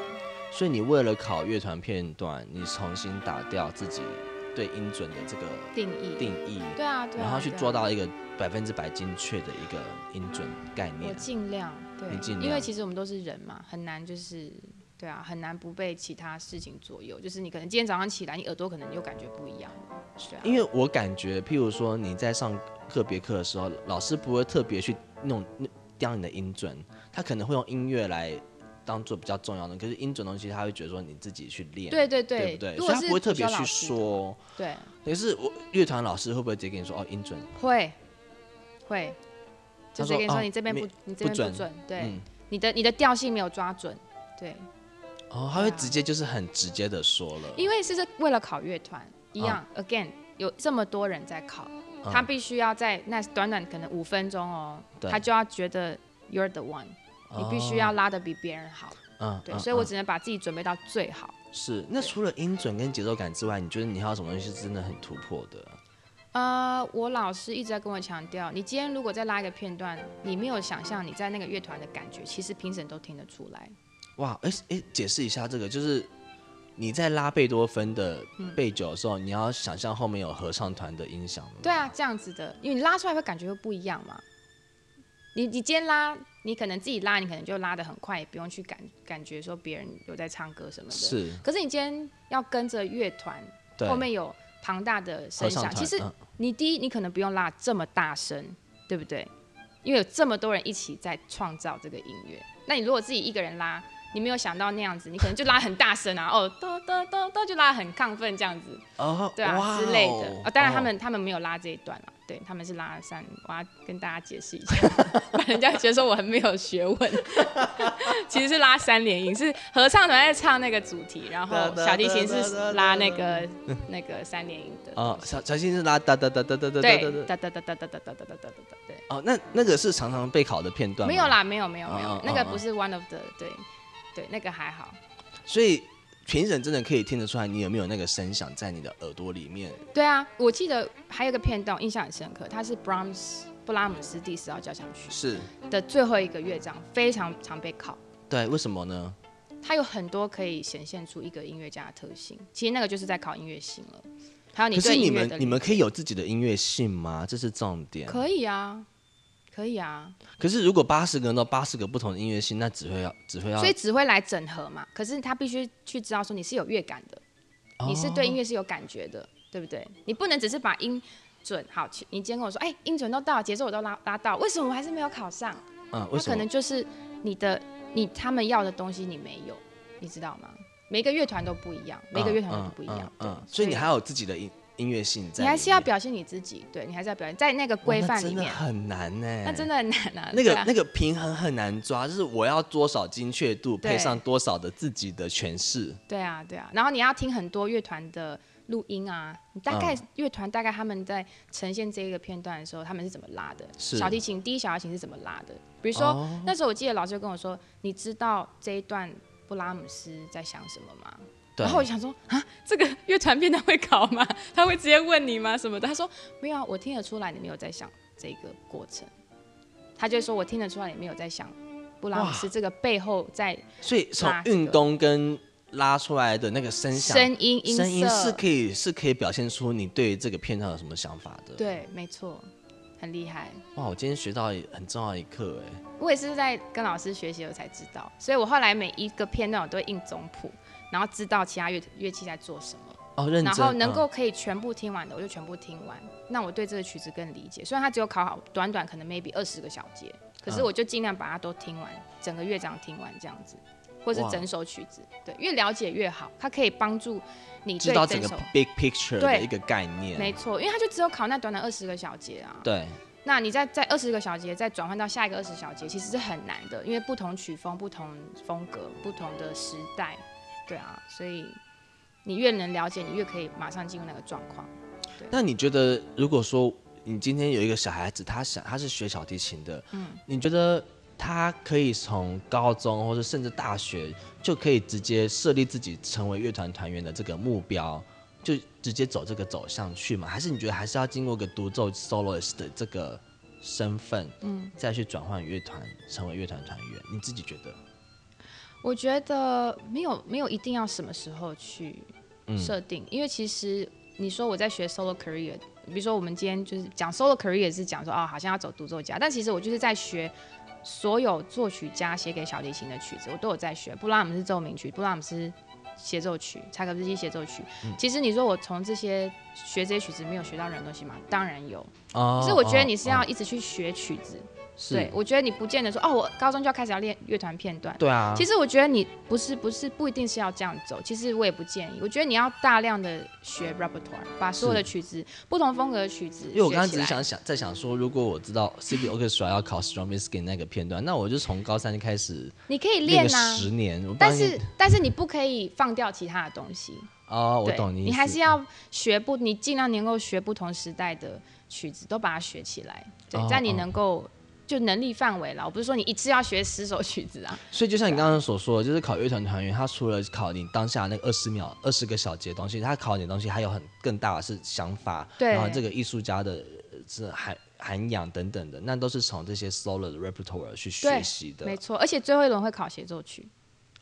Speaker 1: 所以你为了考乐团片段，你重新打掉自己对音准的这个
Speaker 2: 定义，
Speaker 1: 定义，
Speaker 2: 对啊，对啊，
Speaker 1: 然后去
Speaker 2: 对啊
Speaker 1: 做到一个百分之百精确的一个音准概
Speaker 2: 我
Speaker 1: 念。
Speaker 2: 尽量对
Speaker 1: 你尽，
Speaker 2: 因
Speaker 1: 量
Speaker 2: 为其实我们都是人嘛，很难就是对啊，很难不被其他事情左右。就是你可能今天早上起来，你耳朵可能又感觉不一样，对啊，
Speaker 1: 因为我感觉，譬如说你在上个别课的时候，老师不会特别去弄雕你的音准，他可能会用音乐来当做比较重要的，可是音准东西他会觉得说你自己去练，
Speaker 2: 对对
Speaker 1: 对
Speaker 2: 对
Speaker 1: 不对？
Speaker 2: 如
Speaker 1: 所以
Speaker 2: 果
Speaker 1: 他
Speaker 2: 是
Speaker 1: 不会特
Speaker 2: 比
Speaker 1: 别
Speaker 2: 较
Speaker 1: 去
Speaker 2: 老师的
Speaker 1: 说。
Speaker 2: 对。
Speaker 1: 可是我乐团老师会不会直接跟你说哦音准？
Speaker 2: 会，会，
Speaker 1: 他
Speaker 2: 就是
Speaker 1: 说
Speaker 2: 跟你说
Speaker 1: 哦
Speaker 2: 你这边
Speaker 1: 没
Speaker 2: 不，你这
Speaker 1: 不
Speaker 2: 边
Speaker 1: 准
Speaker 2: 不准，对，
Speaker 1: 嗯
Speaker 2: 你的你的调性没有抓准，对，
Speaker 1: 哦，他会
Speaker 2: 对啊
Speaker 1: 直接就是很直接的说了，
Speaker 2: 因为是是为了考乐团一
Speaker 1: 嗯
Speaker 2: 样、a g a i n 有这么多人在考，
Speaker 1: 嗯
Speaker 2: 他必须要在那短短可能五分钟哦，
Speaker 1: 对
Speaker 2: 他就要觉得 you're the one，、你必须要拉的比别人好，
Speaker 1: 嗯，
Speaker 2: 对，
Speaker 1: 嗯
Speaker 2: 所以我
Speaker 1: 嗯
Speaker 2: 只能把自己准备到最好。
Speaker 1: 是，那除了音准跟节奏感之外，你觉得你还有什么东西是真的很突破的？
Speaker 2: 呃，我老师一直在跟我强调，你今天如果再拉一个片段，你没有想象你在那个乐团的感觉，其实评审都听得出来。
Speaker 1: 哇，哎、哎、解释一下这个，就是你在拉贝多芬的
Speaker 2: 嗯
Speaker 1: 贝九的时候，你要想象后面有合唱团的音响吗
Speaker 2: 对啊，这样子的，因为你拉出来会感觉会不一样嘛。你你今天拉，你可能自己拉，你可能就拉得很快，也不用去感感觉说别人有在唱歌什么的。。
Speaker 1: 是，
Speaker 2: 可是你今天要跟着乐团，
Speaker 1: 对，
Speaker 2: 后面有庞大的声
Speaker 1: 合唱
Speaker 2: 响，
Speaker 1: 团，
Speaker 2: 其实
Speaker 1: 嗯
Speaker 2: 你第一，你可能不用拉这么大声，对不对？因为有这么多人一起在创造这个音乐。那你如果自己一个人拉，你没有想到那样子，你可能就拉很大声啊，哦，哒哒哒哒，就拉得很亢奋这样子。
Speaker 1: 哦，
Speaker 2: 对啊、
Speaker 1: 哇
Speaker 2: 之类的
Speaker 1: 哦
Speaker 2: 啊、当然他
Speaker 1: 哦
Speaker 2: 们、他们没有拉这一段了，对他们是拉三，我要跟大家解释一下， 不然人家觉得说我很没有学问。 其实是拉三连音，是合唱团在唱那个主题，然后小提琴是拉那个那个三连音的。
Speaker 1: 哦，小小心是拉哒哒哒哒哒哒哒
Speaker 2: 对
Speaker 1: 哒，哒。
Speaker 2: 哒哒哒哒哒哒哒哒哒哒哒，对，
Speaker 1: 哦，那那个是常常被考的片段，
Speaker 2: 没有。啦，没有没有没
Speaker 1: 啊哦
Speaker 2: 有
Speaker 1: 哦，
Speaker 2: 那个
Speaker 1: 哦
Speaker 2: 不是 one of the，对对，那个还好。
Speaker 1: 所以评审真的可以听得出来，你有没有那个声响在你的耳朵里面？
Speaker 2: 对啊，我记得还有一个片段我印象很深刻，它是 Brahms 布拉姆斯第四号交响曲。
Speaker 1: 是，
Speaker 2: 的最后一个乐章非常常被考，
Speaker 1: 对，为什么呢？
Speaker 2: 它有很多可以显现出一个音乐家的特性。其实那个就是在考音乐性了，还有你
Speaker 1: 可是
Speaker 2: 对
Speaker 1: 你
Speaker 2: 音乐的
Speaker 1: 们
Speaker 2: 理
Speaker 1: 你们可以有自己的音乐性吗？这是重点。
Speaker 2: 可以啊，可以啊，
Speaker 1: 可是如果八十个人到八十个不同的音乐性，那只会要只会要，
Speaker 2: 所以只会来整合嘛。可是他必须去知道说你是有乐感的，
Speaker 1: 哦
Speaker 2: 你是对音乐是有感觉的，对不对？你不能只是把音准好，其你今天跟我说，哎、音准都到了，节奏我都拉拉到，为什么我还是没有考上？
Speaker 1: 嗯，为
Speaker 2: 那
Speaker 1: 什
Speaker 2: 可
Speaker 1: 么
Speaker 2: 能？就是你的你他们要的东西你没有，你知道吗？每个乐团都不一样，每
Speaker 1: 啊
Speaker 2: 个乐
Speaker 1: 嗯
Speaker 2: 团都不一样，对
Speaker 1: 所以你还有自己的音音乐性在里面，
Speaker 2: 你还是要表现你自己，对你还是要表现在那个
Speaker 1: 哇
Speaker 2: 规
Speaker 1: 那
Speaker 2: 范里
Speaker 1: 真的
Speaker 2: 面，
Speaker 1: 很难呢、
Speaker 2: 那真
Speaker 1: 的。
Speaker 2: 的很难啊。
Speaker 1: 那
Speaker 2: 对
Speaker 1: 个
Speaker 2: 啊
Speaker 1: 那个平衡很难抓，就是我要多少精确度
Speaker 2: 对
Speaker 1: 配上多少的自己的诠释，
Speaker 2: 对啊对啊，然后你要听很多乐团的录音啊，你大概
Speaker 1: 嗯
Speaker 2: 乐团大概他们在呈现这一个片段的时候，他们是怎么拉的？
Speaker 1: 是哦
Speaker 2: 小提琴第一小提琴是怎么拉的？比如说、那时候我记得老师就跟我说，你知道这一段布拉姆斯在想什么吗？
Speaker 1: 对
Speaker 2: 然后我就想说啊，这个乐团片他会搞吗？ 他会直接问你吗？什么的？他说没有啊，我听得出来你没有在想这个过程。他就说我听得出来你没有在想布拉姆斯
Speaker 1: 哇
Speaker 2: 这个背后在
Speaker 1: 所以从
Speaker 2: 拉这个
Speaker 1: 运动跟拉出来的那个声响、
Speaker 2: 声音音色
Speaker 1: 声音是可以是可以表现出你对这个片段有什么想法的。，
Speaker 2: 对，没错，很厉害。
Speaker 1: 哇，我今天学到很重要的一课哎。
Speaker 2: 我也是在跟老师学习我才知道，所以我后来每一个片段我都会印总谱，然后知道其他乐乐器在做什么。
Speaker 1: 哦，认真，
Speaker 2: 然后能
Speaker 1: 嗯
Speaker 2: 够可以全部听完的，我就全部听完。那我对这个曲子更理解，虽然它只有考好短短可能 maybe 二十个小节，可是
Speaker 1: 嗯
Speaker 2: 我就尽量把它都听完，整个乐章听完这样子，或是
Speaker 1: 哇
Speaker 2: 整首曲子。对，越了解越好，它可以帮助你
Speaker 1: 知
Speaker 2: 对
Speaker 1: 道整
Speaker 2: 整
Speaker 1: 个
Speaker 2: 首。
Speaker 1: big picture 的
Speaker 2: 对
Speaker 1: 一个概念。
Speaker 2: 没错，因为它就只有考那短短二十个小节啊。
Speaker 1: 对，
Speaker 2: 那你在在二十个小节再转换到下一个二十小节，其实是很难的，因为不同曲风、不同风格、不同的时代，对啊，所以你越能了解，你越可以马上进入那个状况。
Speaker 1: 那你觉得，如果说你今天有一个小孩子，他想他是学小提琴的，嗯，你觉得他可以从高中或者甚至大学就可以直接设立自己成为乐团团员的这个目标，就直接走这个走向去吗？还是你觉得还是要经过一个独奏 soloist 的这个身份，嗯，再去转换乐团成为乐团团员？你自己觉得？
Speaker 2: 我觉得没有没有一定要什么时候去
Speaker 1: 嗯
Speaker 2: 设定，因为其实你说我在学 solo career，比如说我们今天就是讲 solo career 是讲说啊、好像要走独奏家，但其实我就是在学所有作曲家写给小提琴的曲子，我都有在学。布拉姆斯奏鸣曲，布拉姆斯协奏曲，柴可夫斯基协奏曲。
Speaker 1: 嗯
Speaker 2: 其实你说我从这些学这些曲子没有学到任何东西吗？当然有，
Speaker 1: 哦
Speaker 2: 可是我觉得你是
Speaker 1: 哦
Speaker 2: 要
Speaker 1: 哦
Speaker 2: 一直去学曲子。
Speaker 1: 是
Speaker 2: 对，我觉得你不见得说哦，我高中就要开始要练乐团片段。
Speaker 1: 对啊，
Speaker 2: 其实我觉得你不是不是不一定是要这样走，其实我也不建议。我觉得你要大量的学 repertoire，把所有的曲子、不同风格的曲子，
Speaker 1: 嗯因为我刚刚只是想，想在想说，如果我知道 City Orchestra 要考 Strum Biscuit 那个片段，那我就从高三就开始
Speaker 2: 你可以
Speaker 1: 练
Speaker 2: 练
Speaker 1: 个
Speaker 2: 啊，
Speaker 1: 十年。我不
Speaker 2: 但
Speaker 1: 相信
Speaker 2: 是但是你不可以放掉其他的东西。
Speaker 1: 哦，我
Speaker 2: 对，
Speaker 1: 懂你意思，
Speaker 2: 你还是要学不，你尽量能够学不同时代的曲子，都把它学起来。对，
Speaker 1: 哦
Speaker 2: 在你
Speaker 1: 哦
Speaker 2: 能够、就能力范围啦，我不是说你一次要学十首曲子啊，
Speaker 1: 所以就像你刚刚所说的，就是考乐团团员，他除了考你当下那个二十秒、二十个小节的东西，他考你的东西还有很更大的是想法，
Speaker 2: 对
Speaker 1: 然后这个艺术家的呃是涵涵养等等的，那都是从这些 solo 的 repertoire 去学
Speaker 2: 对
Speaker 1: 习的
Speaker 2: 没。错。而且最后一轮会考协奏曲，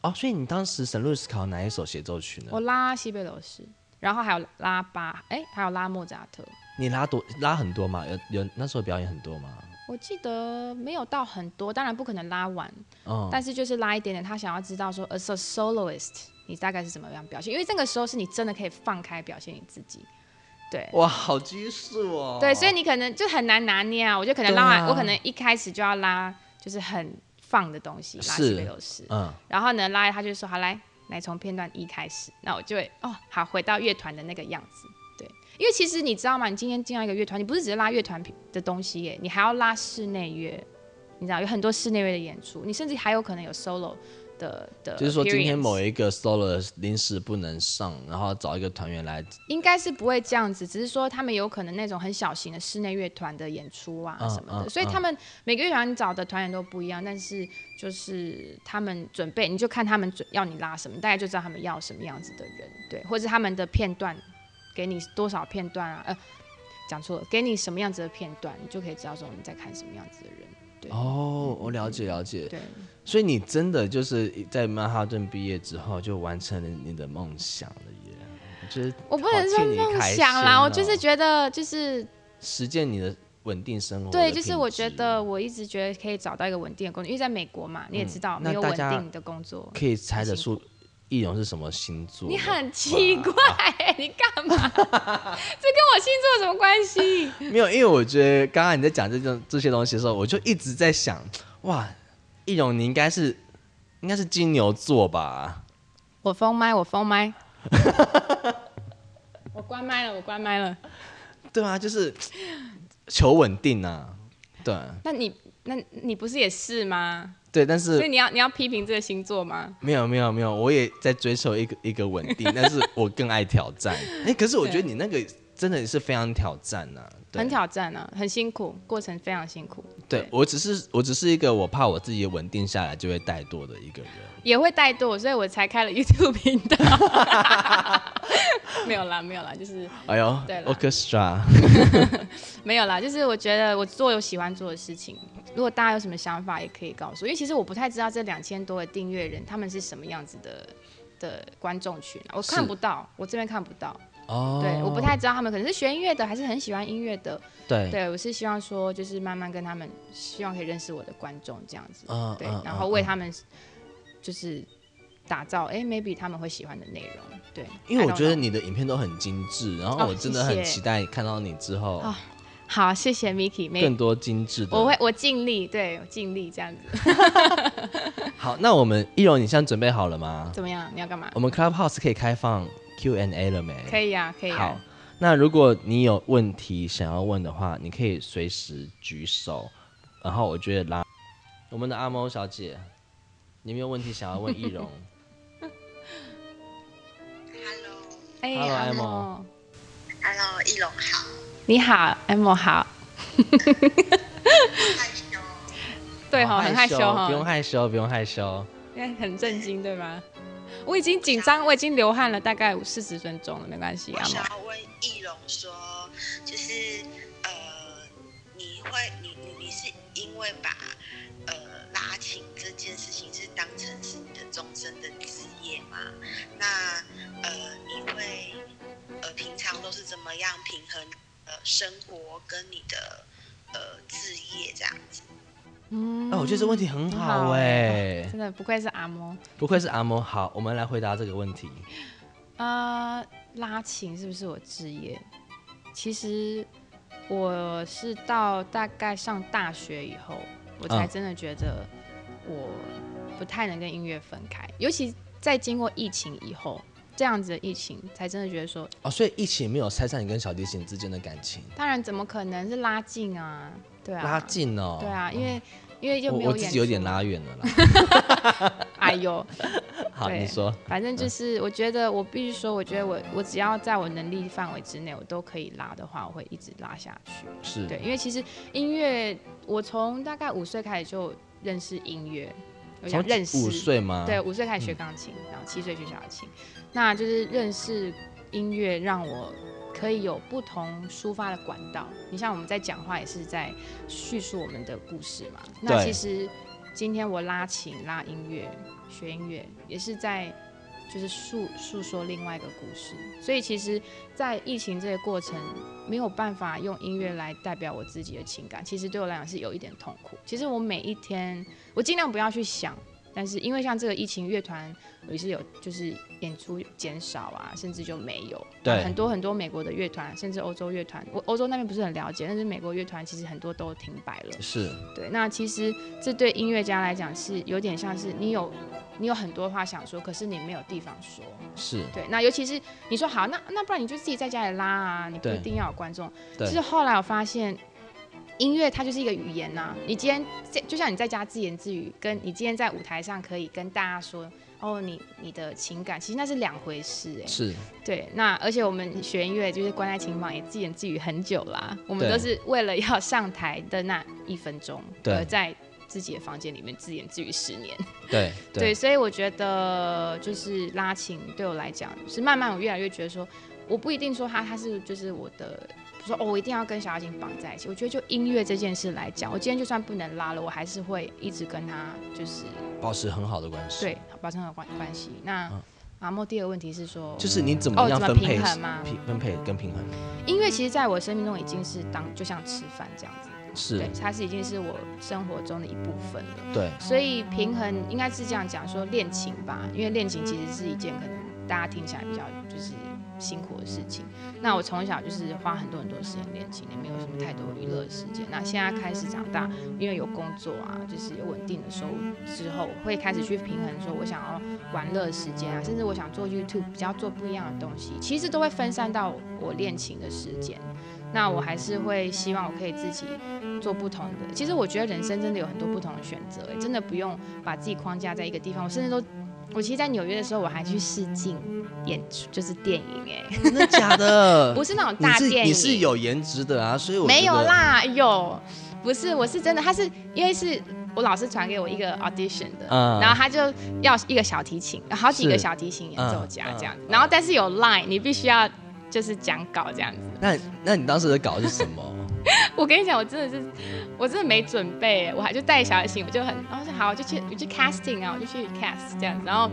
Speaker 1: 哦，所以你当时 St. Louis 考哪一首协奏曲呢
Speaker 2: 我？拉西贝柳斯，然后还有拉巴，哎、还有拉莫扎特。
Speaker 1: 你拉多拉很多嘛？有有那时候表演很多吗？
Speaker 2: 我记得没有到很多，当然不可能拉完，
Speaker 1: 嗯，
Speaker 2: 但是就是拉一点点。他想要知道说，as a soloist，你大概是怎么样表现？因为这个时候是你真的可以放开表现你自己，对。
Speaker 1: 哇，好拘束哦。
Speaker 2: 对，所以你可能就很难拿捏啊！我就可能
Speaker 1: 对
Speaker 2: 拉完，
Speaker 1: 啊
Speaker 2: 我可能一开始就要拉，就是很放的东西，拉
Speaker 1: 是
Speaker 2: 西贝柳斯。
Speaker 1: 嗯，
Speaker 2: 然后呢，拉他就说好来，来从片段一开始，那我就会哦好回到乐团的那个样子，对，因为其实你知道吗？你今天进到一个乐团，你不是只是拉乐团的东西耶，你还要拉室内乐，你知道有很多室内乐的演出，你甚至还有可能有 solo 的的 appearance，
Speaker 1: 就是说今天某一个 solo 临时不能上，然后找一个团员来，
Speaker 2: 应该是不会这样子，只是说他们有可能那种很小型的室内乐团的演出啊
Speaker 1: 嗯
Speaker 2: 什么的，
Speaker 1: 嗯
Speaker 2: 所以
Speaker 1: 嗯
Speaker 2: 他们每个乐团找的团员都不一样，但是就是他们准备，你就看他们准要你拉什么，大概就知道他们要什么样子的人，对，或者他们的片段给你多少片段啊，呃，讲错了，给你什么样子的片段，你就可以知道说你在看什么样子的人，对，
Speaker 1: 哦，我了解了解。
Speaker 2: 对，
Speaker 1: 所以你真的就是在曼哈顿毕业之后就完成了你的梦想了耶！我觉得
Speaker 2: 我不能说
Speaker 1: 好替你
Speaker 2: 梦
Speaker 1: 开
Speaker 2: 想啦，
Speaker 1: 心
Speaker 2: 我就是
Speaker 1: 哦
Speaker 2: 觉得就是
Speaker 1: 实践你的稳定生活的
Speaker 2: 对，
Speaker 1: 品
Speaker 2: 就是我觉
Speaker 1: 质
Speaker 2: 得我一直觉得可以找到一个稳定的工作，因为在美国嘛，你也知道、
Speaker 1: 嗯那
Speaker 2: 没有
Speaker 1: 大
Speaker 2: 稳
Speaker 1: 家
Speaker 2: 定的工作。
Speaker 1: 可以猜得出易容是什么星座。
Speaker 2: 你很奇怪、欸你干嘛？这跟我星座有什么关系？
Speaker 1: 没有，因为我觉得刚刚你在讲这种这些东西的时候，我就一直在想，哇，易容你应该是应该是金牛座吧？
Speaker 2: 我封麦，我封麦，我关麦了，我关麦了。
Speaker 1: 对啊，就是求稳定啊，对啊
Speaker 2: 那你，那你不是也是吗？
Speaker 1: 对，但
Speaker 2: 所
Speaker 1: 是
Speaker 2: 以你要你要批评这个星座吗？
Speaker 1: 没有没有没有，我也在追求一个一个稳 定，但是我更爱挑战。哎、可是我觉得
Speaker 2: 对
Speaker 1: 你那个真的是非常挑战呐、对
Speaker 2: 很挑战啊，很辛苦，过程非常辛苦。
Speaker 1: 对我只是我只是一个我怕我自己稳定下来就会怠惰的一个人。
Speaker 2: 也会怠惰，所以我才开了 YouTube 频道。 没有啦，没有啦，就是
Speaker 1: 哎呦
Speaker 2: 对啦
Speaker 1: ，Orchestra，
Speaker 2: 没有啦，就是我觉得我做有喜欢做的事情。如果大家有什么想法，也可以告诉我，因为其实我不太知道这两千多的订阅人他们是什么样子的的观众群啊、我
Speaker 1: 是
Speaker 2: 看不到，我这边看不到。
Speaker 1: 哦，
Speaker 2: 对，我不太知道他们可能是学音乐的，还是很喜欢音乐的。
Speaker 1: 对，
Speaker 2: 对，我是希望说，就是慢慢跟他们，希望可以认识我的观众这样子。
Speaker 1: 嗯
Speaker 2: 对
Speaker 1: 嗯，
Speaker 2: 然
Speaker 1: 嗯
Speaker 2: 后为
Speaker 1: 嗯
Speaker 2: 他们就是打造，哎、m a y b e 他们会喜欢的内容。对，
Speaker 1: 因为
Speaker 2: I
Speaker 1: 我
Speaker 2: don't
Speaker 1: 觉得
Speaker 2: know
Speaker 1: 你的影片都很精致，然后
Speaker 2: 哦
Speaker 1: 我真的很
Speaker 2: 谢谢
Speaker 1: 期待看到你之后
Speaker 2: 哦好，谢谢
Speaker 1: 更
Speaker 2: Miki，没，
Speaker 1: 多精致的。
Speaker 2: 我会我尽力，对，我尽力这样子。
Speaker 1: 好，那我们易容，你现在准备好了吗？
Speaker 2: 怎么样？你要干嘛？
Speaker 1: 我们 Clubhouse 可以开放 Q&A 了没？
Speaker 2: 可以呀、可以、
Speaker 1: 好
Speaker 2: 啊。，
Speaker 1: 那如果你有问题想要问的话，你可以随时举手，然后我觉得拉我们的阿猫小姐，你有没有问题想要问易 容？
Speaker 2: 哎
Speaker 1: Hello，
Speaker 2: 阿
Speaker 1: Emma
Speaker 2: Mo
Speaker 3: Hello，翼龙好，
Speaker 2: 你好，M 好。
Speaker 3: 害羞，
Speaker 2: 对
Speaker 1: 好
Speaker 2: 哈，很害羞哈
Speaker 1: 不，用害羞，不用害羞。
Speaker 2: 因为很震惊对吗？我已经紧张，我已经流汗了，大概四十分钟了，没关系，
Speaker 3: 我
Speaker 2: 阿 Mo
Speaker 3: 想。要问翼龙说，就是呃，你会，你你你是因为把呃拉琴这件事情是当成是你的终身的职业吗？那呃，你会呃平常都是怎么样平衡呃生活跟你的呃置业这样子？
Speaker 2: 嗯
Speaker 1: 哎、我觉得这问题很
Speaker 2: 很
Speaker 1: 好哎、
Speaker 2: 欸真的不愧是阿嬷。
Speaker 1: 不愧是阿嬷。好，我们来回答这个问题。
Speaker 2: 呃，拉琴是不是我职业？其实我是到大概上大学以后，我才
Speaker 1: 嗯
Speaker 2: 真的觉得我不太能跟音乐分开，尤其在经过疫情以后，这样子的疫情，才真的觉得说，
Speaker 1: 哦，所以疫情没有拆散你跟小提琴之间的感情，
Speaker 2: 当然怎么可能是拉近啊？对啊，
Speaker 1: 拉，近哦。
Speaker 2: 对啊，因为因为又没
Speaker 1: 我
Speaker 2: 有
Speaker 1: 我自
Speaker 2: 演
Speaker 1: 己有点
Speaker 2: 出，
Speaker 1: 拉远了啦。
Speaker 2: 哎呦，
Speaker 1: 好，
Speaker 2: 对
Speaker 1: 你说，
Speaker 2: 反正
Speaker 1: 嗯
Speaker 2: 就是，我觉得我必须说，我觉得我我只要在我能力范围之内，我都可以拉的话，我会一直拉下去。
Speaker 1: 是
Speaker 2: 对，因为其实音乐，我从大概五岁开始就认识音乐，我想
Speaker 1: 从
Speaker 2: 认识
Speaker 1: 五、岁吗？嗯
Speaker 2: 对，，五岁开始学钢琴，然后七岁学小提琴，那就是认识音乐让我。可以有不同抒发的管道，你像我们在讲话也是在叙述我们的故事嘛。那
Speaker 1: 对
Speaker 2: 其实今天我拉琴、拉音乐、学音乐，也是在就是诉诉说另外一个故事。所以其实，在疫情这个过程，没有办法用音乐来代表我自己的情感，其实对我来讲是有一点痛苦。其实我每一天，我尽量不要去想，但是因为像这个疫情，乐团也是有就是演出减少啊，甚至就没有。
Speaker 1: 对
Speaker 2: 那很多很多美国的乐团，甚至欧洲乐团，我欧洲那边不是很了解，但是美国乐团其实很多都停摆了。
Speaker 1: 是
Speaker 2: 对，那其实这对音乐家来讲是有点像是你有你有很多话想说，可是你没有地方说。
Speaker 1: 是，
Speaker 2: 对，那尤其是你说好，那那不然你就自己在家里拉啊，你不
Speaker 1: 对
Speaker 2: 一定要有观众。
Speaker 1: 对
Speaker 2: 就是后来我发现，音乐它就是一个语言呐、你今天在就像你在家自言自语，跟你今天在舞台上可以跟大家说哦，你你的情感，其实那是两回事哎、
Speaker 1: 是，
Speaker 2: 对，那而且我们学音乐就是关在琴房也自言自语很久啦，我们
Speaker 1: 对
Speaker 2: 都是为了要上台的那一分钟，
Speaker 1: 对
Speaker 2: 而在自己的房间里面自言自语十年。
Speaker 1: 对
Speaker 2: 对，，所以我觉得就是拉琴对我来讲是慢慢我越来越觉得说，我不一定说它它是就是我的。说哦，我一定要跟小提琴绑在一起。我觉得就音乐这件事来讲，我今天就算不能拉了，我还是会一直跟他就是
Speaker 1: 保持很好的关系。，
Speaker 2: 对保持很好关关系。那
Speaker 1: 嗯
Speaker 2: 阿莫第二个问题是说，
Speaker 1: 就是你怎么
Speaker 2: 哦
Speaker 1: 样
Speaker 2: 怎么
Speaker 1: 分配
Speaker 2: 平衡吗？
Speaker 1: 平分配跟平衡
Speaker 2: 音乐其实在我生命中已经是当就像吃饭这样子，
Speaker 1: 是
Speaker 2: 对，它是已经是我生活中的一部分了。
Speaker 1: 对
Speaker 2: 所以平衡应该是这样讲，说恋情吧，因为恋情其实是一件可能大家听起来比较就是辛苦的事情。那我从小就是花很多很多时间练琴，也没有什么太多娱乐的时间。那现在开始长大，因为有工作啊，就是有稳定的收入之后，会开始去平衡，说我想要玩乐的时间啊，甚至我想做 YouTube，比较做不一样的东西，其实都会分散到我练琴的时间。那我还是会希望我可以自己做不同的。其实我觉得人生真的有很多不同的选择，哎，真的不用把自己框架在一个地方。我甚至都，我其实，在纽约的时候，我还去试镜演出，就是电影，哎，
Speaker 1: 真的假的？
Speaker 2: 不是那种
Speaker 1: 呃你
Speaker 2: 大
Speaker 1: 是
Speaker 2: 电影，
Speaker 1: 你是有颜值的啊，所以我觉得
Speaker 2: 没有。啦，有，不是，我是真的，他是因为是我老师传给我一个 audition 的，
Speaker 1: 嗯
Speaker 2: 然后他就要一个小提琴，好几个
Speaker 1: 是
Speaker 2: 小提琴演奏家
Speaker 1: 嗯
Speaker 2: 这样，
Speaker 1: 嗯
Speaker 2: 然后但是有 line，你必须要就是讲稿这样子。
Speaker 1: 那那你当时的稿是什么？
Speaker 2: 我跟你讲，我真的是，我真的没准备，我还就带小提琴，我就很，然后说好，我就去，我去 casting 啊，我就去 cast 这样子，然后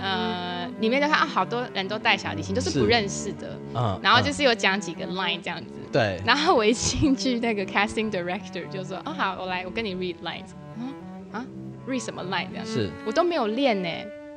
Speaker 2: 呃，里面就看啊，好多人都带小提琴，都是
Speaker 1: 是
Speaker 2: 不认识的，
Speaker 1: 嗯，
Speaker 2: 然后就
Speaker 1: 嗯
Speaker 2: 是有讲几个 line 这样子。
Speaker 1: 对，
Speaker 2: 然后我一进去，那个 casting director 就说：“哦，好，我来，我跟你 read lines。”啊啊，read 什么 line 这样？
Speaker 1: 是
Speaker 2: 我都没有练呢，